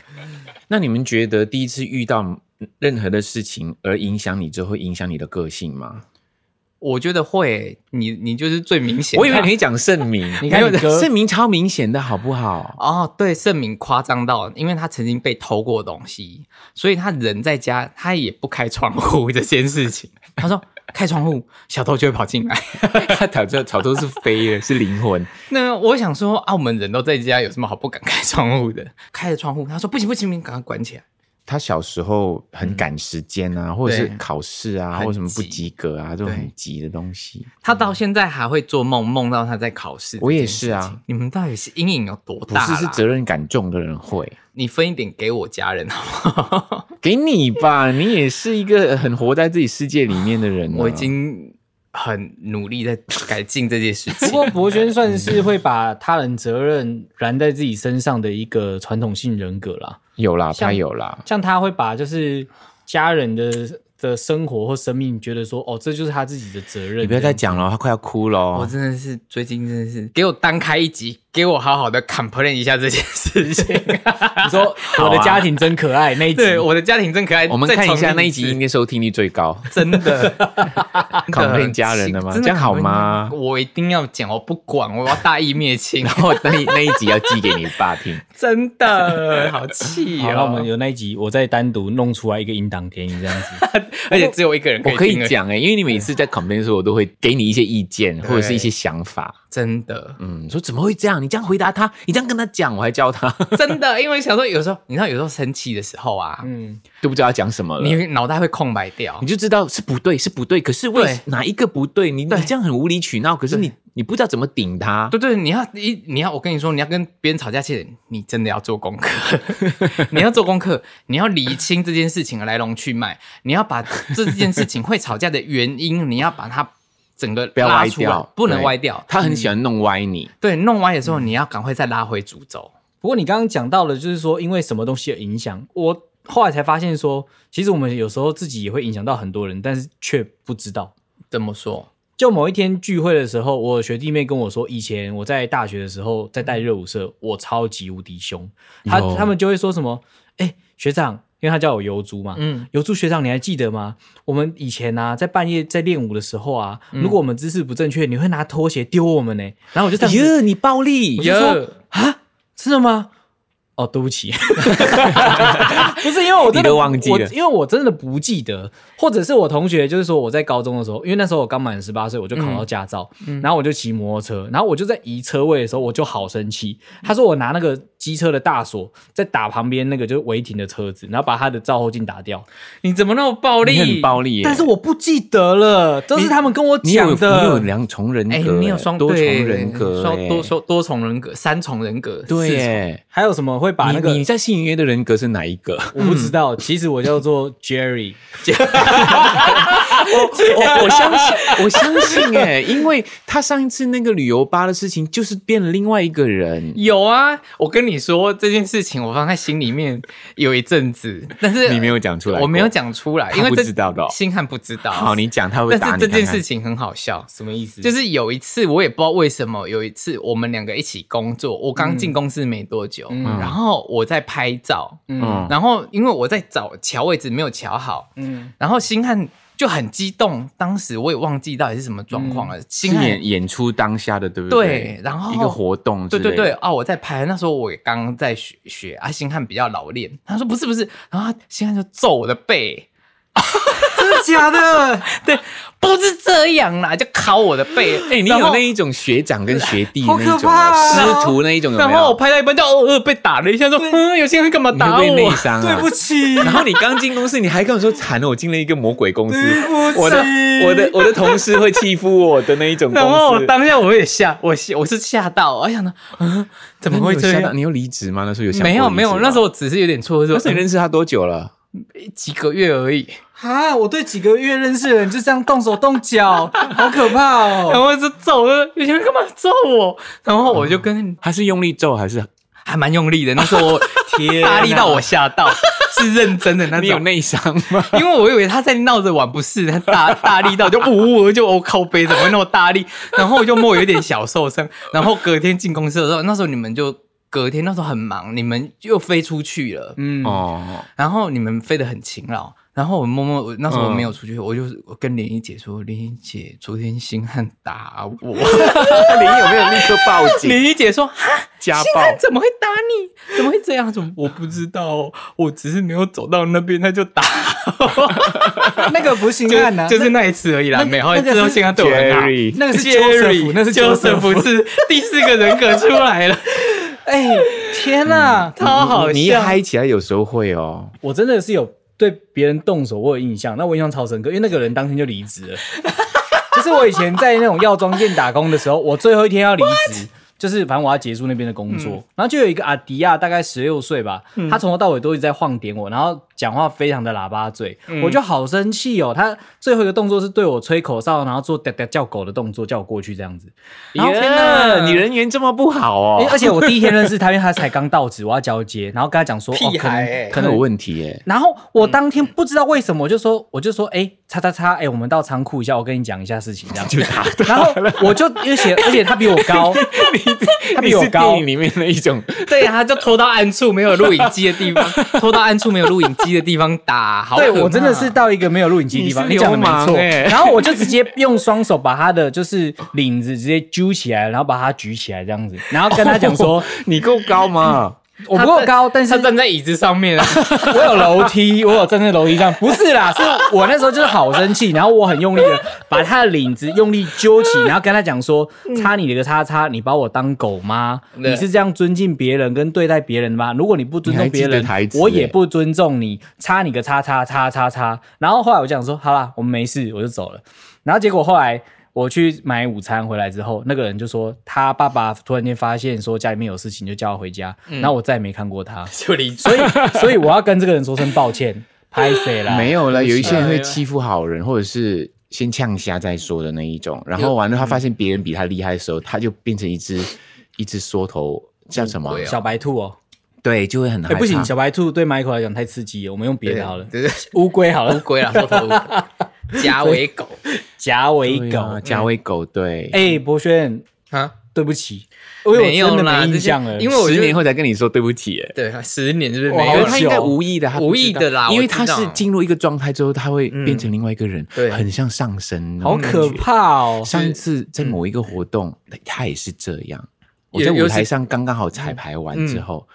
Speaker 2: 那你们觉得第一次遇到任何的事情而影响你，就会影响你的个性吗？
Speaker 3: 我觉得会，你你就是最明显的。
Speaker 2: 我以为你会讲盛明，你
Speaker 4: 看
Speaker 2: 看
Speaker 4: 你哥
Speaker 2: 盛明超明显的好不 好？
Speaker 3: 哦，对，盛明夸张到，因为他曾经被偷过东西，所以他人在家，他也不开窗户这件事情。他说开窗户，小偷就会跑进来。
Speaker 2: 他草这草都是飞了，是灵魂。
Speaker 3: 那我想说，啊，我们人都在家，有什么好不敢开窗户的？开了窗户，他说不行不行，你赶快关起来。
Speaker 2: 他小时候很赶时间啊，或者是
Speaker 3: 嗯对
Speaker 2: 考试啊，
Speaker 3: 很
Speaker 2: 或者什么不
Speaker 3: 急
Speaker 2: 及格啊，这种
Speaker 3: 对
Speaker 2: 很急的东西。
Speaker 3: 他到现在还会做梦，梦到他在考试。
Speaker 2: 嗯我也是啊，
Speaker 3: 你们到底是阴影有多
Speaker 2: 不
Speaker 3: 大
Speaker 2: 是
Speaker 3: 啦？
Speaker 2: 是责任感重的人会
Speaker 3: 你分一点给我家人好不好？
Speaker 2: 给你吧， 你也是一个很活在自己世界里面的人啊、
Speaker 3: 我已经很努力在改进这 件事情。
Speaker 4: 不过博轩算是会把他人责任染在自己身上的一个传统性人格啦。
Speaker 2: 有啦，他
Speaker 4: 像
Speaker 2: 有啦，
Speaker 4: 像他会把就是家人的的生活或生命，觉得说哦，这就是他自己的责任。
Speaker 2: 你不要再讲了，他快要哭了
Speaker 3: 我
Speaker 2: 哦。
Speaker 3: 真的是最近真的是给我单开一集，给我好好的 complain 一下这件事情。
Speaker 4: 你说 我的家庭真可爱那一集，
Speaker 3: 对，我的家庭真可爱。
Speaker 2: 我们
Speaker 3: 再
Speaker 2: 看一
Speaker 3: 重
Speaker 2: 下
Speaker 3: 温
Speaker 2: 那一
Speaker 3: 次
Speaker 2: 集应该收听率最高，
Speaker 3: 真的
Speaker 2: complain 家人的吗
Speaker 3: 真
Speaker 2: 这样好吗
Speaker 3: complain 我一定要讲，我不管，我要大义 灭亲
Speaker 2: 然，后那一那一集要寄给你爸 听。
Speaker 3: 真的好气
Speaker 4: 好，那
Speaker 3: 哦。
Speaker 4: 我们有那一集，我再单独弄出来一个音档给你这样子。
Speaker 3: 而且只有一个人
Speaker 2: 我可
Speaker 3: 听而
Speaker 2: 以
Speaker 3: 已，
Speaker 2: 讲哎、因为你每次在 complain 的时候，我都会给你一些意见
Speaker 3: 对
Speaker 2: 或者是一些想法。
Speaker 3: 真的
Speaker 2: 嗯，说怎么会这样？你这样回答他，你这样跟他讲，我还教他，
Speaker 3: 真的，因为想说有时候你知道，有时候生气的时候啊，
Speaker 4: 嗯，
Speaker 2: 都不知道要讲什么了。
Speaker 3: 你
Speaker 2: 你
Speaker 3: 脑袋会空白掉。
Speaker 2: 就知道是不对，是不对。可是为
Speaker 3: 对
Speaker 2: 哪一个不对？你你这样很无理取闹，可是你你不知道怎么顶他。
Speaker 3: 对对，你要一你要我跟你说，你要跟别人吵架前，你真的要做功课， 你要做功课，你要理清这件事情的来龙去脉，你要把这件事情会吵架的原因，你要把它整个
Speaker 2: 不要
Speaker 3: 拉
Speaker 2: 歪
Speaker 3: 出来
Speaker 2: 掉
Speaker 3: 不能
Speaker 2: 对
Speaker 3: 歪掉。嗯
Speaker 2: 他很喜欢弄歪你，
Speaker 3: 对，弄歪的时候，你要赶快再拉回主轴。
Speaker 4: 不过你刚刚讲到了，就是说因为什么东西的影响，我后来才发现说，其实我们有时候自己也会影响到很多人，但是却不知道。
Speaker 3: 怎么说？
Speaker 4: 就某一天聚会的时候，我学弟妹跟我说，以前我在大学的时候在带热舞社，我超级无敌凶。他
Speaker 2: 有
Speaker 4: 他们就会说什么：“哎、学长，因为他叫我油猪嘛，
Speaker 3: 嗯，
Speaker 4: 油猪学长，你还记得吗？我们以前啊，在半夜在练舞的时候啊，如果我们姿势不正确，你会拿拖鞋丢我们呢、然后我
Speaker 3: 嗯
Speaker 4: 就这样子，
Speaker 2: 耶，哎你暴力
Speaker 4: 我，就说啊，真的吗？哦，对不起， 不是因为我真
Speaker 2: 你
Speaker 4: 的
Speaker 2: 都忘记了
Speaker 4: 我因为我真的不记得，或者是我同学就是说我在高中的时候，因为那时候我刚满十八岁，我就考
Speaker 2: 嗯
Speaker 4: 到驾照，然后我就骑摩托车，然后我就在移车位的时候我就好生气，他说我拿那个机车的大锁在打旁边那个就是违停的车子，然后把他的照后镜打掉，
Speaker 3: 你怎么那么暴
Speaker 2: 你
Speaker 3: 力？
Speaker 2: 很暴力耶。
Speaker 4: 但是我不记得了，都是他们跟我
Speaker 2: 你有
Speaker 4: 讲
Speaker 2: 你有
Speaker 4: 的。
Speaker 2: 两重人格
Speaker 3: 哎，
Speaker 2: 耶，
Speaker 3: 你有双
Speaker 2: 多重
Speaker 3: 对
Speaker 2: 人格
Speaker 3: 双
Speaker 2: 耶，
Speaker 3: 多双多重人格，三重人格，
Speaker 2: 对
Speaker 3: 四重
Speaker 2: 耶。
Speaker 4: 还有什么会把那个
Speaker 2: 你你嗯在信约的人格是哪一个？
Speaker 4: 我不知道，其实我叫做 Jerry，
Speaker 2: 我我相信，我相信哎、 因为他上一次那个旅游吧的事情，就是变了另外一个人。
Speaker 3: 有啊，我跟你说这件事情，我放在心里面有一 阵子，但是
Speaker 2: 你没有讲出来过
Speaker 3: 呃我没有讲出来，
Speaker 2: 他
Speaker 3: 因为这
Speaker 2: 不知道的哦
Speaker 3: 星汉不知道。
Speaker 2: 好，你讲他会
Speaker 3: 但
Speaker 2: 打
Speaker 3: 是
Speaker 2: 你
Speaker 3: 这件
Speaker 2: 看看
Speaker 3: 事情很好笑，
Speaker 4: 什么意思？
Speaker 3: 就是有一次我也不知道为什么，有一次我们两个一起工作，我刚
Speaker 2: 嗯
Speaker 3: 进公司没多久，
Speaker 4: 嗯
Speaker 3: 然后我在拍照，
Speaker 2: 哦
Speaker 4: 嗯
Speaker 3: 然后因为我在找瞧位置没有瞧好，
Speaker 4: 嗯，
Speaker 3: 然后星汉就很激动，当时我也忘记到底是什么状况了，星
Speaker 2: 是
Speaker 3: 汉
Speaker 2: 嗯演演出当下的，对不
Speaker 3: 对，然后
Speaker 2: 一个活动之
Speaker 3: 哦对
Speaker 2: 类的，
Speaker 3: 对对啊！我在拍，那时候我也刚刚在学学啊，星汉比较老练，他说不是不是，然后他星汉就揍我的背，真的假 的？对，不是这样啦，就敲我的背。
Speaker 2: 哎、你有
Speaker 3: 然后
Speaker 2: 那一种学长跟学弟
Speaker 3: 好
Speaker 2: 那一
Speaker 3: 可
Speaker 2: 种、
Speaker 3: 怕啊
Speaker 2: 师徒那一种有没
Speaker 3: 然后我
Speaker 2: 有？
Speaker 3: 拍到一半就呃呃被打了一下，说嗯，有些人干嘛
Speaker 2: 你会
Speaker 3: 打
Speaker 2: 被内
Speaker 3: 我？
Speaker 2: 伤啊？
Speaker 4: 起
Speaker 2: 然后你刚进公司，你还跟我说惨了，我进了一个魔鬼公司
Speaker 4: 对不，起
Speaker 2: 我的我的我的同事会欺负我的那一 种公
Speaker 3: 然后我
Speaker 2: 司。
Speaker 3: 当下我也吓，我吓我是吓到，我想到嗯，怎么
Speaker 2: 那
Speaker 3: 会
Speaker 2: 你有
Speaker 3: 这
Speaker 2: 吓到
Speaker 3: 样？
Speaker 2: 你有离职吗？那时候有想
Speaker 3: 没有
Speaker 2: 过离
Speaker 3: 没有，
Speaker 2: 职
Speaker 3: 那
Speaker 2: 吗
Speaker 3: 时候我只是有点错愕，
Speaker 2: 那
Speaker 3: 说
Speaker 2: 时候你认识他多久了？
Speaker 3: 嗯几个月而已。
Speaker 4: 啊！我对几个月认识的人就这样动手动脚， 好可怕
Speaker 3: 然
Speaker 4: 哦！
Speaker 3: 后就揍，就有些人干嘛揍我？然后我就跟
Speaker 2: 他是用力揍还是
Speaker 3: 还蛮用力的，那时候我
Speaker 4: 天
Speaker 3: 大力到我吓到， 是认真的那
Speaker 2: 你有
Speaker 3: 种。
Speaker 2: 内伤吗？
Speaker 3: 因为我以为他在闹着玩，不是他大 大力到就呜呜就我靠背，怎么会那么大力？然后我就摸有一点小受伤，然后隔天进公司的时候，那时候你们就隔天那时候很忙，你们又飞出去了，
Speaker 4: 嗯，
Speaker 2: 哦，
Speaker 3: 然后你们飞得很勤劳，然后我默默我那时候
Speaker 2: 嗯
Speaker 3: 没有出去，我就是我跟莲姨姐说，莲姨姐昨天星汉打啊我，
Speaker 2: 林有没有立刻报 警
Speaker 3: 莲姨姐 说哈，
Speaker 2: 家
Speaker 3: 星
Speaker 2: 暴？
Speaker 3: 汉怎么会打你？怎么会这样？怎么我不知道哦、我只是没有走到那边他就 打，
Speaker 4: 那个不是
Speaker 3: 就
Speaker 4: 性暗啊，
Speaker 3: 就是那一次而已啦。没有，后来之后星汉对我很好。
Speaker 2: Jerry
Speaker 4: 那个是 Joseph，
Speaker 3: Jerry，
Speaker 4: 那是
Speaker 3: Joseph 是第四个人格出来了，
Speaker 4: 哎，天啊哪！
Speaker 3: 超好笑。
Speaker 2: 你一嗨起来有时候会哦，
Speaker 4: 我真的是有对别人动手，我有印象，那我印象超深刻，因为那个人当天就离职了。 就是我以前在那种药妆店打工的时候，我最后一天要离职。就是反正我要结束那边的工
Speaker 3: 嗯
Speaker 4: 作，然后就有一个阿迪亚，大概十六岁吧，他从头到尾都一直在晃点我，然后讲话非常的喇叭嘴，
Speaker 3: 嗯
Speaker 4: 我就好生气哦。他最后一个动作是对我吹口哨，然后做嗲嗲叫狗的动作，叫我过去这样子。然后
Speaker 2: 耶
Speaker 4: 天哪
Speaker 2: 你人缘这么不好
Speaker 4: 因
Speaker 2: 哦，
Speaker 4: 为而且我第一天认识他，因为他才刚到职，我要交接，然后跟他讲说，
Speaker 3: 屁孩欸
Speaker 4: 哦、可
Speaker 2: 可
Speaker 4: 能可能
Speaker 2: 能有问题 耶。
Speaker 4: 然后我
Speaker 2: 嗯
Speaker 4: 当天不知道为什么，我就说我就说，哎、叉叉叉，哎、我们到仓库一下，我跟你讲一下事情，这样。
Speaker 2: 就 打
Speaker 4: 然后我就而且而且他比我高，他比我
Speaker 2: 你是
Speaker 4: 高
Speaker 2: 电影，里面的一种，
Speaker 3: 对啊呀、他就拖到暗处没有录影机的地方， 拖到暗处没有录影机的地方打。好
Speaker 4: 对
Speaker 3: 可怕
Speaker 4: 我真的是到一个没有录影机的地方，
Speaker 2: 你
Speaker 4: 你
Speaker 2: 是
Speaker 4: 讲的没
Speaker 2: 流氓
Speaker 4: 错。
Speaker 2: 欸
Speaker 4: 然后我就直接用双手把他的就是领子直接揪起来，然后把他举起来这样子，然后跟他讲 说，
Speaker 2: 你够高吗？
Speaker 4: 我不够
Speaker 2: 哦
Speaker 4: 高，但是
Speaker 3: 他站在椅子上面 啊，
Speaker 4: 我有楼梯，我有站在楼梯上，不 是啦，是我那时候就是好生气，然后我很用力的把他的领子用力揪起，然后跟他讲说：“擦你的个叉叉，你把我当狗吗？
Speaker 3: 对
Speaker 4: 你是这样尊敬别人跟对待别人的吗？如果你不尊重别
Speaker 2: 你还
Speaker 4: 人
Speaker 2: 记得台，词
Speaker 4: 我也不尊重你，擦你个叉叉叉叉叉。”然后后来我讲说：“好啦，我们没事，我就走了。”然后结果后来。我去买午餐回来之后，那个人就说他爸爸突然间发现说家里面有事情，就叫他回家。
Speaker 2: 嗯
Speaker 4: 然后我再也没看过他。
Speaker 3: 就离
Speaker 4: 所以 所以我要跟这个人说声抱歉，拍谁 啦？
Speaker 2: 没
Speaker 4: 有，
Speaker 2: 有了，有一些人
Speaker 3: 哎
Speaker 2: 会
Speaker 3: 呀
Speaker 2: 欺负好人，或者是先呛瞎再说的那一种，然后完了他发现别人比他厉害的时候，他就变成一只 一只缩头，叫什么？啊
Speaker 4: 小白兔哦，
Speaker 2: 对，就会很害
Speaker 4: 哎
Speaker 2: 怕。
Speaker 4: 不行，小白兔对 Michael 来讲太刺激了，我们用别的好了，
Speaker 3: 对对
Speaker 4: 乌龟好
Speaker 3: 乌
Speaker 4: 了，
Speaker 3: 龟啦，说头乌 龟，夹尾狗
Speaker 4: 夹尾
Speaker 2: 对
Speaker 4: 狗。
Speaker 2: 啊加威狗，对，
Speaker 4: 哎，博轩，
Speaker 3: 啊，
Speaker 4: 对不起，因为我
Speaker 3: 没有
Speaker 4: 真的
Speaker 3: 啦
Speaker 4: 没
Speaker 3: 这
Speaker 4: 印
Speaker 3: 些
Speaker 4: 象了，
Speaker 3: 因为我觉
Speaker 2: 十
Speaker 3: 得
Speaker 2: 年后才跟你说对不起，哎
Speaker 3: 对，十年是不是
Speaker 4: 哇
Speaker 3: 没
Speaker 4: 好
Speaker 2: 因
Speaker 3: 有
Speaker 2: 为？他
Speaker 4: 久
Speaker 2: 应该无意的，他不知道
Speaker 3: 无意的啦
Speaker 2: 因为
Speaker 3: 我知
Speaker 2: 他
Speaker 3: 道
Speaker 2: 是进入一个状态之后，他会
Speaker 3: 嗯
Speaker 2: 变成另外一个人，
Speaker 3: 对
Speaker 2: 很像上身，
Speaker 4: 好可。怕哦。
Speaker 2: 上一次在某一个活动，他也是这样。我
Speaker 3: 也
Speaker 2: 在
Speaker 3: 尤
Speaker 2: 舞
Speaker 3: 其
Speaker 2: 台上刚刚好
Speaker 4: 嗯
Speaker 2: 彩排完之后，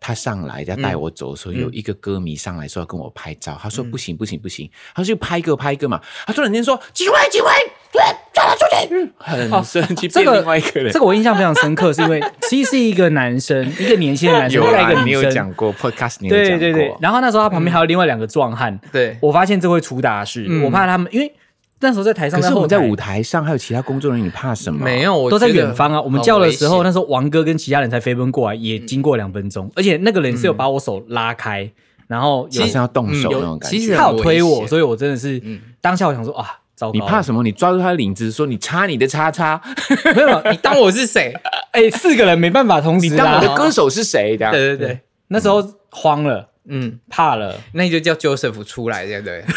Speaker 2: 他上来要带
Speaker 3: 嗯
Speaker 2: 我走的时候，
Speaker 3: 嗯
Speaker 2: 有一个歌迷上来说要跟我拍照，他说
Speaker 4: 嗯
Speaker 2: 不行不行不行，他说就拍一个拍一个嘛，他突然间说几位几位，对，抓他出去，很生气，
Speaker 4: 嗯哦这
Speaker 2: 变
Speaker 4: 个
Speaker 2: 另外一个人
Speaker 4: 这。个我印象非常深刻，是因为 其实是一个男生，一个年轻的男生，
Speaker 2: 有
Speaker 4: 带一
Speaker 2: 啦，
Speaker 4: 个
Speaker 2: 你
Speaker 4: 女
Speaker 2: 有
Speaker 4: 生
Speaker 2: 讲，过 podcast，你有讲
Speaker 4: 对
Speaker 2: 过，
Speaker 4: 对对。然后那时候他旁边还有另外两个壮汉，
Speaker 3: 对，
Speaker 4: 我发现这会出大事，
Speaker 3: 嗯
Speaker 4: 我怕他们，因为那时候在台上，
Speaker 2: 可是我们在
Speaker 4: 后台
Speaker 2: 舞台上还有其他工作人员，你怕什么？
Speaker 3: 没有，我
Speaker 4: 哦都在
Speaker 3: 觉得
Speaker 4: 远方啊。我们
Speaker 3: 好
Speaker 4: 叫的
Speaker 3: 危
Speaker 4: 时候，
Speaker 3: 险
Speaker 4: 那时候王哥跟其他人才飞奔过来，也经过两分钟，而且那个人是有把我手拉开，然后嗯有
Speaker 2: 好像要动手
Speaker 3: 有
Speaker 2: 那种感
Speaker 3: 其
Speaker 2: 觉。
Speaker 3: 实
Speaker 4: 他有推
Speaker 3: 很危
Speaker 4: 我，
Speaker 3: 险
Speaker 4: 所以我真的是当下我想说啊，糟糕，
Speaker 2: 你怕什么？你抓住他的领子说：“你插你的叉叉。
Speaker 4: 么？没有，
Speaker 3: 你当我是 谁？
Speaker 4: 哎，四个人没办法同时
Speaker 2: 你当我
Speaker 4: 拉，
Speaker 2: 的歌手是谁？”这样
Speaker 4: 啊
Speaker 3: 对对对，
Speaker 4: 那时候慌了，
Speaker 3: 嗯，
Speaker 4: 怕了，
Speaker 3: 那你就叫 Joseph 出来，对不对？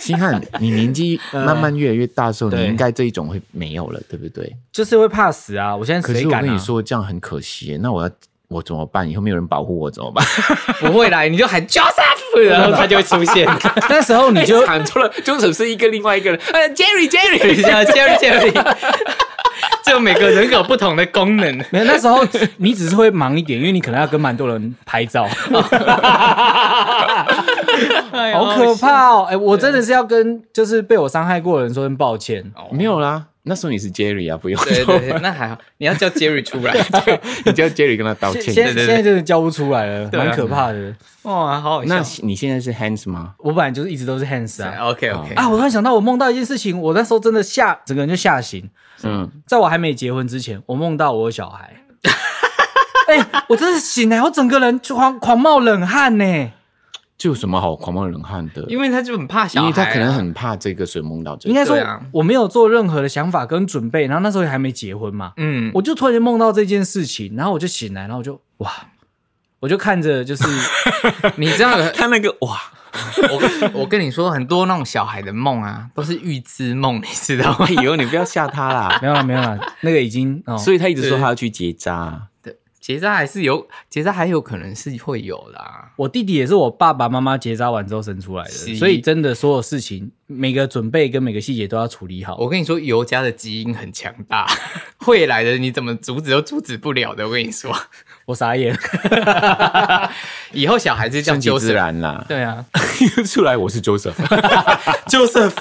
Speaker 2: 星汉，你年 纪慢慢越来越大的时候，你
Speaker 4: 对
Speaker 2: 应该这一种会没有了，对不对？
Speaker 4: 就是会怕死啊！我现在
Speaker 2: 可
Speaker 4: 谁
Speaker 2: 是我
Speaker 4: 敢
Speaker 2: 跟
Speaker 4: 啊
Speaker 2: 你？ 说，这样很可惜耶。那我要我怎么办？以后没有人保护 我怎么办？
Speaker 3: 不会啦，你就喊 Joseph，然后他就会出现。
Speaker 4: 那时候你就
Speaker 2: 喊出了，就只是一个另外一个人。哎，Jerry
Speaker 3: 等
Speaker 2: Jerry，
Speaker 3: 一下，Jerry Jerry，就每个人有不同的功能。
Speaker 4: 没有，那时候你只是会忙一点，因为你可能要跟蛮多人拍 照， 好可怕哦！哎、我真的是要跟就是被我伤害过的人说声抱歉。
Speaker 2: 没有啦，那时候你是 Jerry 啊，不用，
Speaker 3: 对对对，那还好，你要叫 Jerry 出 来。
Speaker 2: 你叫 Jerry 跟他道
Speaker 4: 现
Speaker 2: 歉。
Speaker 4: 现
Speaker 3: 对对
Speaker 4: 现在真的教不出来了，
Speaker 3: 对啊
Speaker 4: 蛮可怕的。
Speaker 3: 哇，好好
Speaker 2: 那
Speaker 4: 啊
Speaker 3: 笑。
Speaker 2: 你现在是 hands 吗？
Speaker 4: 我本来就是一直都是 hands 啊
Speaker 3: OK OK，
Speaker 4: 啊！我突然想到，我梦到一件事情，我那时候真的吓，整个人就吓醒。
Speaker 2: 嗯，
Speaker 4: 在我还没结婚之前，我梦到我有小孩。哎、我真的醒来，我整个人狂狂冒冷汗呢、
Speaker 2: 这有什么好狂妄冷汗的？
Speaker 3: 因为他就很怕小
Speaker 2: 因
Speaker 3: 孩啊，
Speaker 2: 为他可能很怕这个，所以梦到这
Speaker 4: 应
Speaker 2: 个。
Speaker 4: 该说
Speaker 3: 对啊
Speaker 4: 我没有做任何的想法跟准备，然后那时候也还没结婚嘛，
Speaker 3: 嗯，
Speaker 4: 我就突然间梦到这件事情，然后我就醒来，然后我就哇，我就看着就是
Speaker 3: 你知 道的，
Speaker 2: 他那个哇，
Speaker 3: 我我跟你说，很多那种小孩的梦啊，都是预知梦，你知道
Speaker 2: 哎
Speaker 3: 吗？
Speaker 2: 以后你不要吓他啦。
Speaker 4: 没有了没有了，那个已经哦，
Speaker 2: 所以他一直说他要去结扎，
Speaker 3: 结扎还是有结扎，还有可能是会有啦。
Speaker 4: 我弟弟也是我爸爸妈妈结扎完之后生出来的，
Speaker 3: 是
Speaker 4: 所以真的所有事情每个准备跟每个细节都要处理好。
Speaker 3: 我跟你说，尤家的基因很强大，会来的你怎么阻止都阻止不了的。我跟 你说，
Speaker 4: 我傻眼，
Speaker 3: 以后小孩子叫
Speaker 2: 顺其
Speaker 3: 就
Speaker 2: 自
Speaker 3: 是
Speaker 2: 然啦。
Speaker 3: 对啊，
Speaker 2: 出来我是 Joseph，
Speaker 1: Joseph，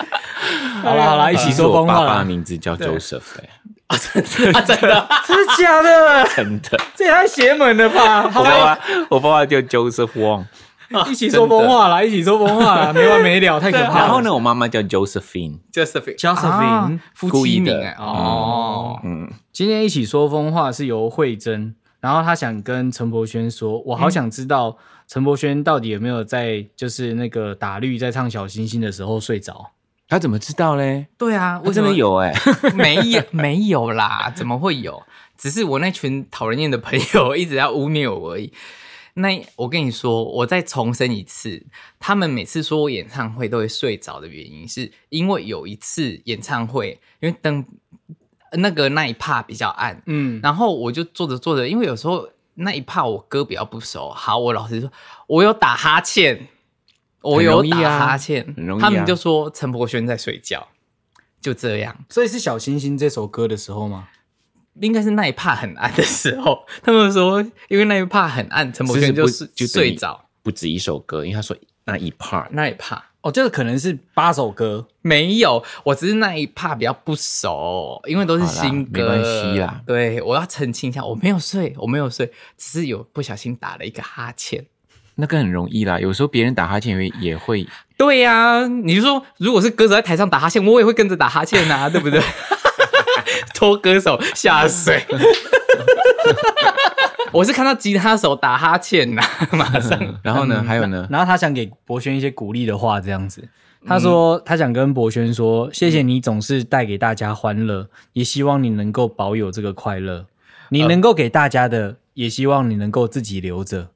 Speaker 4: 好了好了，一起
Speaker 2: 其实
Speaker 4: 说
Speaker 2: 我
Speaker 4: 疯
Speaker 2: 爸爸
Speaker 4: 话
Speaker 2: 的
Speaker 4: 了，
Speaker 2: 名字叫 Joseph，哎，
Speaker 4: 真的假的？
Speaker 2: 真 的，
Speaker 4: 这也太邪门了 吧！
Speaker 2: 我
Speaker 4: 好了，
Speaker 2: 爸爸我爸爸叫 Joseph Wong，
Speaker 4: 一起说疯话了，一起说疯话 了，没完没了，太可怕了。
Speaker 3: 啊
Speaker 2: 然后呢，我妈妈叫 Josephine，
Speaker 3: 就是 j o s e p h
Speaker 4: Josephine，
Speaker 3: i 夫
Speaker 2: 故
Speaker 3: 妻
Speaker 2: 意的
Speaker 3: 名哎哦，
Speaker 2: 嗯，
Speaker 4: 今天一起说疯话是由慧珍，然后她想跟陈柏轩说，我
Speaker 3: 嗯
Speaker 4: 好想知道陈柏轩到底有没有在就是那个打绿在唱小星星的时候睡着。
Speaker 2: 他怎么知道嘞？
Speaker 3: 对啊，
Speaker 2: 我
Speaker 3: 为什
Speaker 2: 真
Speaker 3: 么
Speaker 2: 的有哎，
Speaker 3: 没有没有啦，怎么会有？只是我那群讨人厌的朋友一直要污蔑我而已。那我跟你说，我再重申一次，他们每次说我演唱会都会睡着的原因，是因为有一次演唱会，因为灯那个那一趴比较暗，
Speaker 4: 嗯，
Speaker 3: 然后我就做着做着，因为有时候那一趴我歌比较不熟，好，我老实说，我有打哈欠，我有
Speaker 2: 很容
Speaker 3: 打
Speaker 2: 易啊
Speaker 3: 哈欠，
Speaker 2: 很容易啊
Speaker 3: 他们就说陈柏轩在睡觉，就这样。
Speaker 4: 所以是小星星这首歌的时候吗？
Speaker 3: 应该是那一趴很暗的时候， 他们说，因为那一趴很暗，陈柏轩就
Speaker 2: 不
Speaker 3: 睡
Speaker 2: 就等于
Speaker 3: 睡着。
Speaker 2: 不止一首歌，因为他说那一 part，
Speaker 3: 那一趴
Speaker 4: 哦，这个可能是八首歌。
Speaker 3: 没有，我只是那一趴比较不熟，因为都是新歌，
Speaker 2: 好啦没关系啦
Speaker 3: 对，我要澄清一下，我没有睡，我没有睡，只是有不小心打了一个哈欠。
Speaker 2: 那个很容易啦。有时候别人打哈欠也会也会，
Speaker 3: 对呀、你说如果是歌手在台上打哈欠，我也会跟着打哈欠 啊，对不 对？拖歌手下水。 我是看到吉他手打哈欠呐、啊马上。
Speaker 2: 嗯然后呢，还有呢，
Speaker 4: 然后他想给博轩一些鼓励的话，这样子。他说他想跟博轩说，谢谢你总是带给大家欢乐，也希望你能够保有这个快乐。你能够给大家的，也希望你能够自己留着。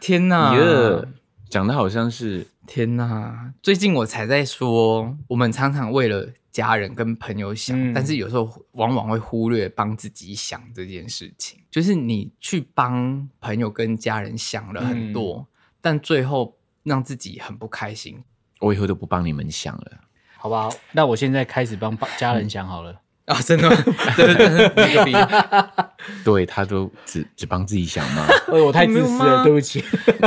Speaker 3: 天呐！
Speaker 2: 耶，讲的好像是
Speaker 3: 天呐！最近我才在说，我们常常为了家人跟朋友想，
Speaker 4: 嗯
Speaker 3: 但是有时候往往会忽略帮自己想这件事情。就是你去帮朋友跟家人想了很多，但最后让自己很不开心。
Speaker 2: 我以后都不帮你们想了。
Speaker 4: 好吧，那我现在开始帮爸家人想好 了。
Speaker 3: 啊、真的吗？对对对，那个比
Speaker 2: 对他都只只帮自己想吗？
Speaker 4: 呃，我太自私
Speaker 3: 没有吗
Speaker 4: 了，对不起。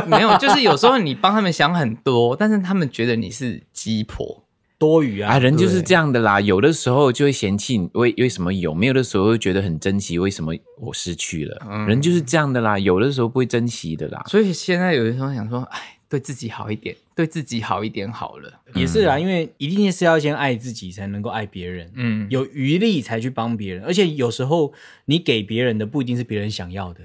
Speaker 3: 没有，就是有时候你帮他们想很多，但是他们觉得你是鸡婆。
Speaker 4: 多余
Speaker 2: 啊，
Speaker 4: 啊，
Speaker 2: 人就是这样的啦。有的时候就会嫌弃你为为什么有，没有的时候会觉得很珍惜，为什么我失去了？
Speaker 3: 嗯
Speaker 2: 人就是这样的啦，有的时候不会珍惜的啦。
Speaker 3: 所以现在有的时候想说，哎，对自己好一点，对自己好一点好了。
Speaker 4: 也是啦，因为一定是要先爱自己，才能够爱别人，
Speaker 3: 嗯，
Speaker 4: 有余力才去帮别人。而且有时候你给别人的不一定是别人想要的。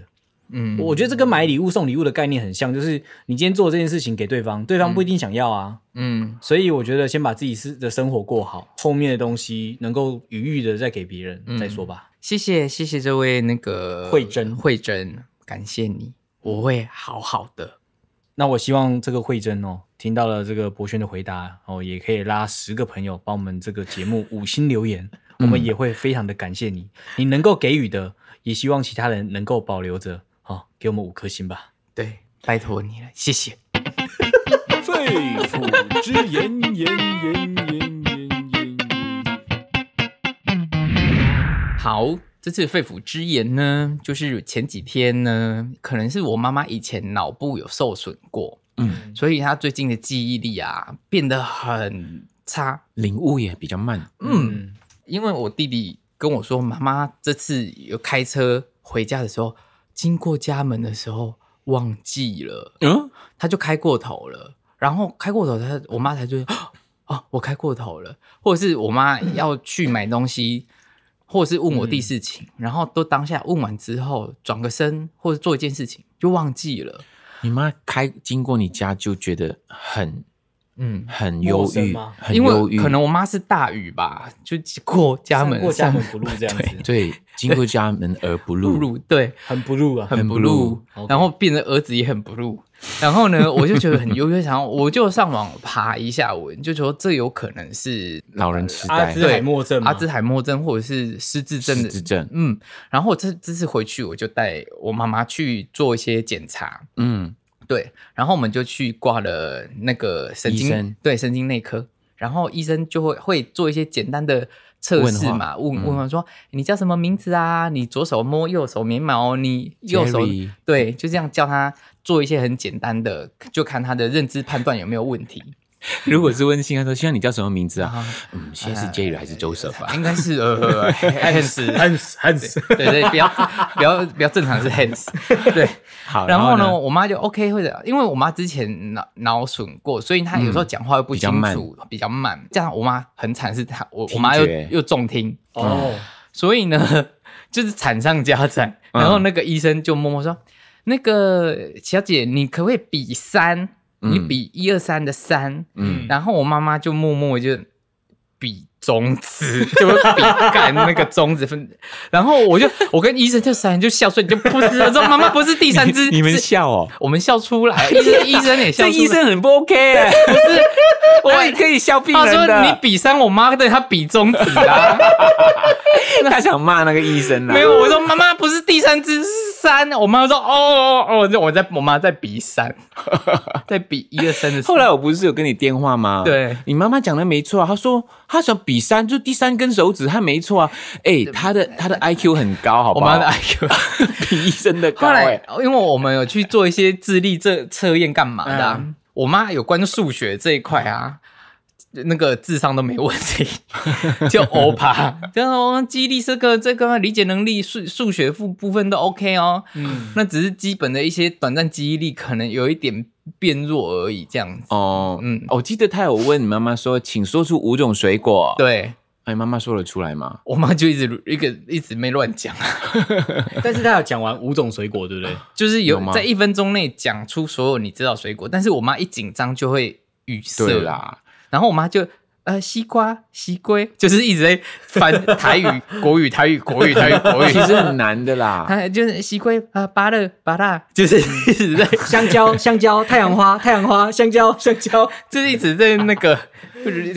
Speaker 3: 嗯
Speaker 4: 我觉得这跟买礼物送礼物的概念很像，就是你今天做这件事情给对方，对方不一定想要啊。
Speaker 3: 嗯，
Speaker 4: 所以我觉得先把自己是的生活过好，后面的东西能够余裕的再给别人、
Speaker 3: 嗯
Speaker 4: 再说吧。
Speaker 3: 谢谢谢谢这位那个
Speaker 4: 慧珍
Speaker 3: 慧珍，感谢你，我会好好的。
Speaker 4: 那我希望这个慧珍哦，听到了这个博轩的回答哦，也可以拉十个朋友帮我们这个节目五星 留言，我
Speaker 3: 嗯
Speaker 4: 们也会非常的感谢你，你能够给予的，也希望其他人能够保留着，好、哦，给我们五颗星吧。
Speaker 3: 对，拜托你了，谢谢。
Speaker 1: 肺腑之言，言言言言言言。
Speaker 3: 好，这次的肺腑之言呢，就是前几天呢，可能是我妈妈以前脑部有受损过，
Speaker 2: 嗯，
Speaker 3: 所以她最近的记忆力啊变得很差。
Speaker 2: 领悟也比较慢。
Speaker 3: 嗯，因为我弟弟跟我说，妈妈这次有开车回家的时候，经过家门的时候忘记了，
Speaker 2: 嗯，
Speaker 3: 他就开过头了，然后开过头他，我妈才就啊，我开过头了，或者是我妈要去买东西，或者是问我弟事情，然后都当下问完之后，转个身或者做一件事情就忘记了，
Speaker 2: 你妈开经过你家就觉得很
Speaker 3: 嗯。
Speaker 2: 很忧
Speaker 4: 陌生
Speaker 2: 郁
Speaker 4: 吗，
Speaker 2: 很
Speaker 3: 因
Speaker 2: 忧郁。
Speaker 3: 为可能我妈是大雨吧，就过家门
Speaker 4: 过家门
Speaker 3: 上
Speaker 4: 不入这样子，
Speaker 2: 对经过家门而不入，
Speaker 3: 路，对，
Speaker 4: 很不入啊。
Speaker 3: 很不
Speaker 2: 不入
Speaker 3: 入，然后变得儿子也很不入，然后呢，我就觉得很优越，想要我就上网爬一下文，就说这有可能是
Speaker 2: 老人痴
Speaker 4: 阿
Speaker 2: 呆
Speaker 4: 兹海默症吗，
Speaker 3: 阿兹海默症或者是失智症
Speaker 2: 失
Speaker 3: 的
Speaker 2: 智症，
Speaker 3: 嗯，然后我这这次回去，我就带我妈妈去做一些检查，
Speaker 2: 嗯，
Speaker 3: 对，然后我们就去挂了那个神
Speaker 2: 医生
Speaker 3: 经，对，神经内科，然后医生就会会做一些简单的测试嘛，问
Speaker 2: 嗯
Speaker 3: 问问说你叫什么名字啊？你左手摸右手眉毛，你右手
Speaker 2: Jerry
Speaker 3: 对，就这样叫他做一些很简单的，就看他的认知判断有没有问题。
Speaker 2: 如果是温馨，他说：“ 希望你叫什么名字啊
Speaker 3: 啊？”哎
Speaker 2: 嗯，现在 是 Jerry 还是 Joseph 啊？
Speaker 3: 应该是 呃，Hans，
Speaker 4: 汉斯汉斯，
Speaker 3: 对对，比较比较比较正常是 Hans，对。
Speaker 2: 好，
Speaker 3: 然后
Speaker 2: 呢
Speaker 3: 呢，？我妈就 OK 或者，因为我妈之前脑脑损过，所以她有时
Speaker 2: 嗯
Speaker 3: 候讲话又不清楚，比较慢。加上我妈很惨，是她我我妈又
Speaker 2: 听觉
Speaker 3: 又重听，
Speaker 4: 哦，
Speaker 3: 所以呢 就是惨上加惨。
Speaker 2: 嗯
Speaker 3: 然后那个医生就默默说：“那个小姐，你可不可以比三？
Speaker 2: 嗯
Speaker 3: 你比一二三的三。”
Speaker 2: 嗯，
Speaker 3: 然后我妈妈就默默就比中指， 就会比干那个中指分。然后我就我跟医生就三就笑，所以就不是我说妈妈不是第三 只，
Speaker 2: 你们
Speaker 3: 是
Speaker 2: 笑哦，
Speaker 3: 我们笑出来，医 生医生也笑
Speaker 2: 这
Speaker 3: 出来。
Speaker 2: 医生很不 OK 哎，不是，我也可以笑病
Speaker 3: 他
Speaker 2: 人
Speaker 3: 说你
Speaker 2: 的。
Speaker 3: 比三，我妈对他比中指啊，
Speaker 2: 他想骂那个医生啊，
Speaker 3: 没有，我说妈妈不是第三只是三，我妈说哦哦哦，那我在我妈在 比三，在比一二三的时候
Speaker 2: 后，来我不是有跟你电话吗？
Speaker 3: 对
Speaker 2: 你妈妈讲的没错啊。她说她想比三，就第三根手指，她没错啊。哎、她的她的 IQ 很高，好
Speaker 3: 我
Speaker 2: 不好？
Speaker 3: 妈的 IQ。
Speaker 2: 比医生的高、
Speaker 3: 后来
Speaker 2: 哎，，
Speaker 3: 因为我们有去做一些智力测测验干嘛的啊、
Speaker 2: 嗯
Speaker 3: 我妈有关数学这一块啊，那个智商都没 问题，就欧趴，然后记忆力这个这个理解能力数数学部部分都 OK 哦，
Speaker 4: 嗯，
Speaker 3: 那只是基本的一些短暂记忆力可能有一点变弱而已，这样子。
Speaker 2: 哦，嗯
Speaker 3: 嗯，
Speaker 2: 我记得她有问你妈妈说，请说出五种水果。，
Speaker 3: 对
Speaker 2: 哎，妈妈说了出来吗？
Speaker 3: 我妈就一直一个一直没乱讲，啊
Speaker 4: 但是他有讲完五种水果，对不对？
Speaker 3: 就是
Speaker 2: 有
Speaker 3: 有
Speaker 2: 吗
Speaker 3: 在一分钟内讲出所有你知道水果，但是我妈一紧张就会语塞啊
Speaker 2: 对啦，
Speaker 3: 然后我妈就呃西瓜、西龟，就是一直在 翻台语、国语、台语、国语、台语、国语
Speaker 2: 其。 实很难的啦。
Speaker 3: 她就是西龟啊，芭乐、芭乐，就是
Speaker 2: 嗯
Speaker 3: 一直在，
Speaker 4: 香蕉香蕉，太阳花太阳花，香蕉香蕉，
Speaker 3: 就是一直在那个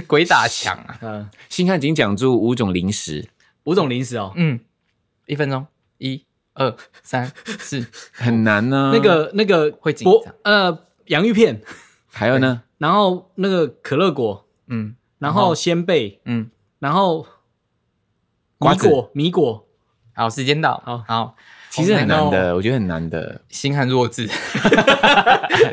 Speaker 3: 鬼打墙啊。
Speaker 4: 嗯，
Speaker 2: 星汉已经讲出五种零食，
Speaker 4: 五种零食哦，
Speaker 3: 嗯，一分钟，一、二、三、四，
Speaker 2: 很难呢、
Speaker 4: 那个那个
Speaker 3: 会紧
Speaker 4: 薄
Speaker 3: 张
Speaker 4: 呃洋芋片，
Speaker 2: 还有呢？
Speaker 4: 然后那个可乐果，
Speaker 3: 嗯
Speaker 4: 然后鲜贝，
Speaker 3: 嗯，
Speaker 4: 然后
Speaker 2: 瓜
Speaker 4: 米
Speaker 2: 子
Speaker 4: 果米果，
Speaker 3: 好，时间到，
Speaker 4: 好
Speaker 3: 好，
Speaker 2: 其实很难
Speaker 4: 好哦难
Speaker 2: 的，我觉得很难的。
Speaker 3: 心寒弱智，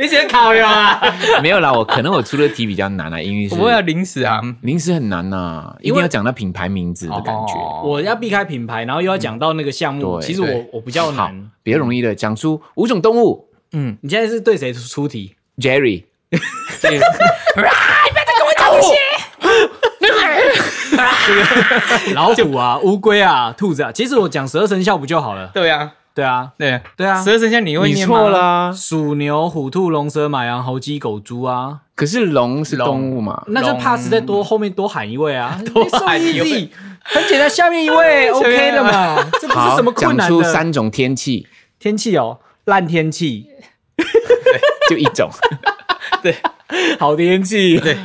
Speaker 4: 你写考呀啊？
Speaker 2: 没有啦，我可能我出的题比较难啊，因为
Speaker 4: 哦
Speaker 2: 是
Speaker 3: 我要零食啊，
Speaker 2: 零食很难呐、一
Speaker 4: 因为
Speaker 2: 定要讲到品牌名字的感觉。
Speaker 3: 哦
Speaker 4: 我要避开品牌，然后又要讲到那个项目，
Speaker 2: 对
Speaker 4: 其实我
Speaker 3: 对
Speaker 4: 我比较
Speaker 2: 好
Speaker 4: 难。，
Speaker 2: 比较容易的，讲出五种动物。
Speaker 3: 嗯，
Speaker 4: 你现在是对谁出题？
Speaker 2: Jerry，
Speaker 4: 老虎啊，乌龟啊，兔子啊。其实我讲十二生肖不就好了？
Speaker 3: 对啊，
Speaker 4: 对啊，
Speaker 3: 对啊，
Speaker 4: 对啊
Speaker 3: 十。二生肖你会
Speaker 2: 你
Speaker 3: 念吗
Speaker 2: 错，啦。
Speaker 4: 鼠、牛、虎、兔、龙、蛇、马、羊、猴、鸡、狗、猪啊，
Speaker 2: 可是龙是动物嘛？
Speaker 4: 那就
Speaker 3: 龙
Speaker 4: pass 再多后面多喊一位 啊，多
Speaker 3: 喊一位，
Speaker 4: 很简单， 下面一位 OK 的嘛，这不是
Speaker 2: 好
Speaker 4: 什么，困
Speaker 2: 讲
Speaker 4: 难
Speaker 2: 出
Speaker 4: 的。
Speaker 2: 三种天气，
Speaker 4: 天气哦，烂天气，
Speaker 2: 就一种。
Speaker 4: 好天 气，对，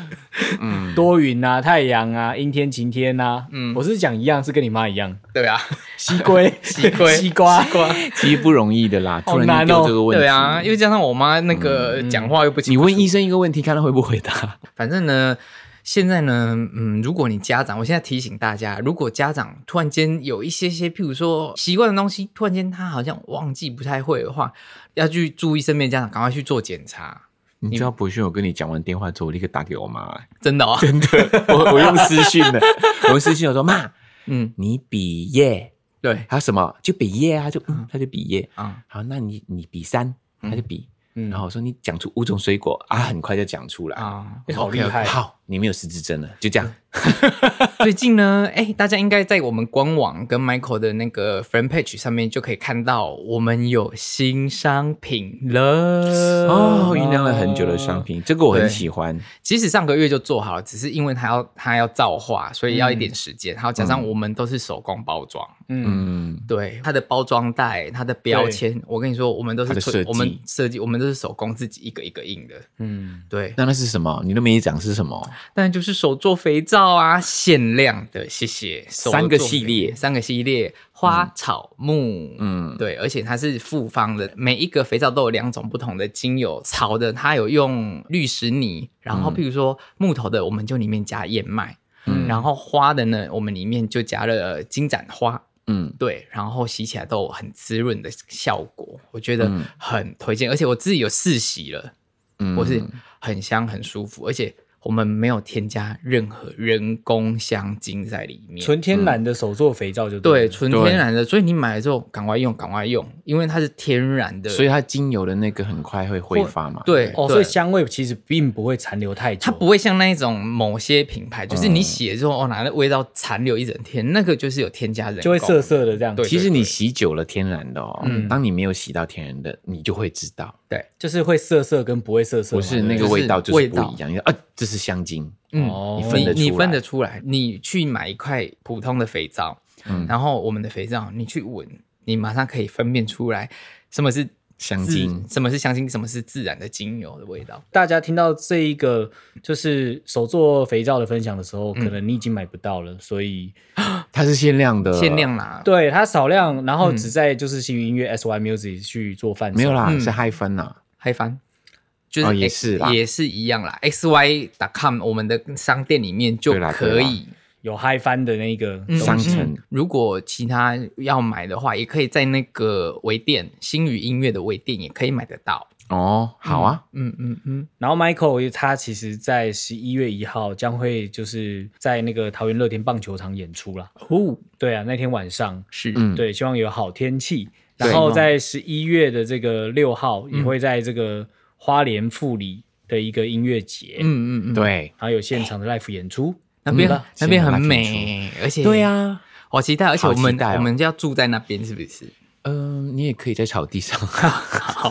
Speaker 4: 嗯，多云啊，太阳啊，阴天、晴天啊，嗯，
Speaker 3: 嗯
Speaker 4: 我是讲一样，是跟你妈一 样，
Speaker 3: 对啊，
Speaker 4: 西龟、
Speaker 3: 西龟
Speaker 4: 西瓜、
Speaker 3: 瓜，
Speaker 2: 其实不容易的啦，
Speaker 4: 好
Speaker 2: 突然间
Speaker 4: 难
Speaker 2: 丢
Speaker 4: 哦
Speaker 2: 这个问题。
Speaker 3: 对啊，又加上我妈那个讲话又不清
Speaker 2: 你
Speaker 3: 楚，
Speaker 2: 问医生一个问题，看他会不会回答。
Speaker 3: 反正呢，现在呢，嗯，如果你家长，我现在提醒大家，如果家长突然间有一些些，譬如说习惯的东西，突然间他好像忘记不太会的话，要去注意身边的家长，赶快去做检查。
Speaker 2: 你知道博勋，我跟你讲完电话之后，我立刻打给我妈，
Speaker 3: 真的哦，真的，
Speaker 2: 我我用私讯的，我用私讯我说妈，
Speaker 3: 嗯，
Speaker 2: 你比耶，
Speaker 3: 对，
Speaker 2: 他什么就比耶啊，就嗯，他就比耶。
Speaker 3: 啊、
Speaker 2: 好，那你你比三，他就比，
Speaker 4: 嗯
Speaker 2: 然后我说你讲出五种水果啊，很快就讲出来，
Speaker 3: 啊、
Speaker 2: 我说
Speaker 4: 好厉
Speaker 2: OK，OK，
Speaker 4: 害
Speaker 2: 好，你没有失智症了，就这样。
Speaker 3: 最近呢，哎、大家应该在我们官网跟 Michael 的那个 f r i e n d page 上面就可以看到，我们有新商品了。
Speaker 2: 哦，酝酿了很久的商品，这个我很喜欢。
Speaker 3: 其实上个月就做好了，只是因为它要它要造化，所以要一点时间。还有加上我们都是手工包装，
Speaker 4: 嗯，
Speaker 2: 嗯，
Speaker 3: 对它的包装袋、它的标签，我跟你说，我们都是
Speaker 2: 它的
Speaker 3: 纯
Speaker 2: 设计
Speaker 3: 我们设计，我们都是手工自己一个一个印的。嗯，对，
Speaker 2: 那那是什么？你都没讲是什么？
Speaker 3: 但就是手做肥皂啊，限量的，谢谢。手
Speaker 2: 三个
Speaker 3: 做肥
Speaker 2: 系列
Speaker 3: 三个系列，花草木，嗯
Speaker 2: 嗯，
Speaker 3: 对，而且它是复方的，每一个肥皂都有两种不同的精油，草的它有用绿石泥，然后譬如说木头的，我们就里面加燕麦，
Speaker 2: 嗯
Speaker 3: 然后花的呢，我们里面就加了金盏花。
Speaker 2: 嗯，
Speaker 3: 对，然后洗起来都有很滋润的效果，我觉得很推荐，而且我自己有试洗了，
Speaker 2: 嗯
Speaker 3: 我是很香很舒服，而且我们没有添加任何人工香精在里面，
Speaker 4: 纯天然的手做肥皂就
Speaker 3: 对
Speaker 4: 了
Speaker 3: 纯
Speaker 2: 对
Speaker 3: 天然的，所以你买了之后赶快用，赶快用，因为它是天然的，
Speaker 2: 所以它精油的那个很快会挥发嘛？
Speaker 3: 对对
Speaker 4: 哦，所以香味其实并不会残留太久，
Speaker 3: 它不会像那一种某些品牌，就是你洗了之后
Speaker 2: 嗯
Speaker 3: 哦，拿那味道残留一整天，那个就是有添加人工，
Speaker 4: 就会涩涩的这样，
Speaker 3: 对
Speaker 2: 其实你洗久了天然的哦
Speaker 3: 嗯，
Speaker 2: 当你没有洗到天然的，你就会知道，
Speaker 4: 就是会涩涩跟不会涩涩嘛，
Speaker 2: 不是那个
Speaker 3: 就是
Speaker 2: 味道就是
Speaker 3: 味
Speaker 2: 不
Speaker 3: 道
Speaker 2: 一样。你说啊，这是香精，
Speaker 3: 嗯
Speaker 4: 哦，
Speaker 2: 你
Speaker 3: 你
Speaker 2: 分得
Speaker 3: 你
Speaker 2: 出
Speaker 3: 分
Speaker 2: 来
Speaker 3: 得出来。你去买一块普通的肥皂，
Speaker 2: 嗯
Speaker 3: 然后我们的肥皂，你去闻，你马上可以分辨出来什么是
Speaker 2: 香
Speaker 3: 自
Speaker 2: 精
Speaker 3: 什么是香精，什么是自然的精油的味道。
Speaker 4: 大家听到这一个就是手做肥皂的分享的时
Speaker 2: 嗯
Speaker 4: 候，可能你已经买不到了，所以
Speaker 2: 它是限量的，
Speaker 3: 限量啦，
Speaker 4: 对它少量，然后只在就是星云音乐 SY Music 去做贩售
Speaker 2: 嗯没有啦，
Speaker 3: 嗯
Speaker 2: 是啊嗨分啦。
Speaker 3: 嗨翻。就是、
Speaker 2: 哦也是啦
Speaker 3: 也是一样啦。X Y com 我们的商店里面就
Speaker 2: 对啦
Speaker 3: 可
Speaker 2: 对啦
Speaker 3: 以
Speaker 4: 有嗨翻的那个
Speaker 3: 嗯
Speaker 2: 商
Speaker 4: 东西，
Speaker 2: 城
Speaker 3: 嗯如果其他要买的话，也可以在那个微店星宇音乐的微店也可以买得到。
Speaker 2: 哦，好啊，
Speaker 3: 嗯嗯嗯，
Speaker 4: 然后 Michael 他其实，在十一月一号将会就是在那个桃园乐天棒球场演出啦。
Speaker 3: 哦，
Speaker 4: 对啊，那天晚上，
Speaker 3: 是，
Speaker 2: 嗯，，
Speaker 4: 对，希望有好天气。
Speaker 2: 对
Speaker 4: 然后在十一月的这个六号，
Speaker 3: 嗯
Speaker 4: 也会在这个花莲富里的一个音乐节，
Speaker 3: 嗯嗯嗯，
Speaker 2: 对，啊
Speaker 4: 然后有现场的 live 演出。
Speaker 3: 那边、
Speaker 2: 嗯
Speaker 3: 那边很
Speaker 2: 先来
Speaker 3: 美，而且
Speaker 2: 对，啊，
Speaker 3: 好期待，而且我
Speaker 2: 好
Speaker 3: 们、
Speaker 2: 期待哦
Speaker 3: 我们就要住在那边，是不是？
Speaker 2: 嗯，你也可以在草地 上。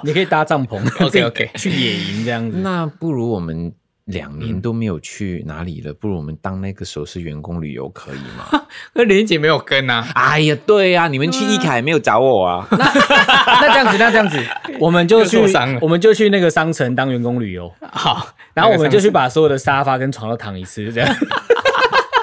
Speaker 4: 你可以搭帐篷
Speaker 3: OK，OK
Speaker 4: 去野营这样子。
Speaker 2: 那不如我们两年都没有去哪里了，不如我们当那个首饰员工旅游可以吗？
Speaker 3: 那莲姐没有跟啊，
Speaker 2: 哎呀，对呀、你们去一凯没有找我 啊？
Speaker 4: 那这样子，那这样子，我们就去
Speaker 3: 又受伤了，啊
Speaker 4: 我们就去那个商城当员工旅游，
Speaker 3: 好，
Speaker 4: 然后我们就去
Speaker 3: 把
Speaker 4: 把所有的沙发跟床都躺一次，就 这样。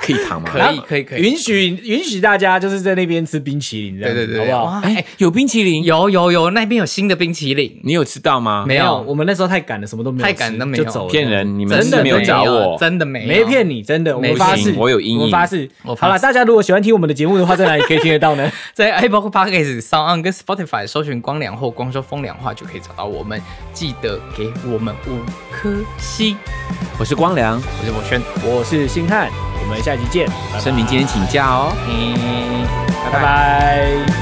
Speaker 2: 可以躺吗？
Speaker 3: 可以可以可以，
Speaker 4: 允许允许大家就是在那边吃冰淇淋，这
Speaker 3: 对
Speaker 4: 样
Speaker 3: 对
Speaker 4: 子
Speaker 3: 对，
Speaker 4: 好
Speaker 3: 对
Speaker 4: 不好？
Speaker 3: 哇
Speaker 2: 哎、有冰淇淋，
Speaker 3: 有有有，那边有新的冰淇淋，
Speaker 2: 你有吃到吗？
Speaker 3: 没
Speaker 4: 没有，
Speaker 3: 有，
Speaker 4: 我们那时候太赶了，什么都没有吃，
Speaker 3: 太赶都没有
Speaker 4: 就走了，
Speaker 2: 骗人，你们
Speaker 3: 真
Speaker 2: 是
Speaker 3: 的
Speaker 2: 没有找我。
Speaker 3: 真的没
Speaker 4: 没
Speaker 3: 有
Speaker 4: 骗你，真的，我
Speaker 3: 没
Speaker 4: 们发誓
Speaker 2: 骗，你我有阴影
Speaker 4: 我们发誓。
Speaker 3: 我发
Speaker 4: 好了，
Speaker 3: 誓
Speaker 4: 大家如果喜欢听我们的节目的话，在哪里可以听得到呢？
Speaker 3: 在 Apple Podcast、s o n 跟 Spotify 搜寻“光良”或“光说风凉话”就可以找到我们。记得给我们五颗星。
Speaker 2: 我是光良，
Speaker 3: 我是博轩，
Speaker 4: 我是星汉，我们下集见，拜拜
Speaker 2: 声明今天请假哦。
Speaker 3: 嗯，
Speaker 4: 拜拜。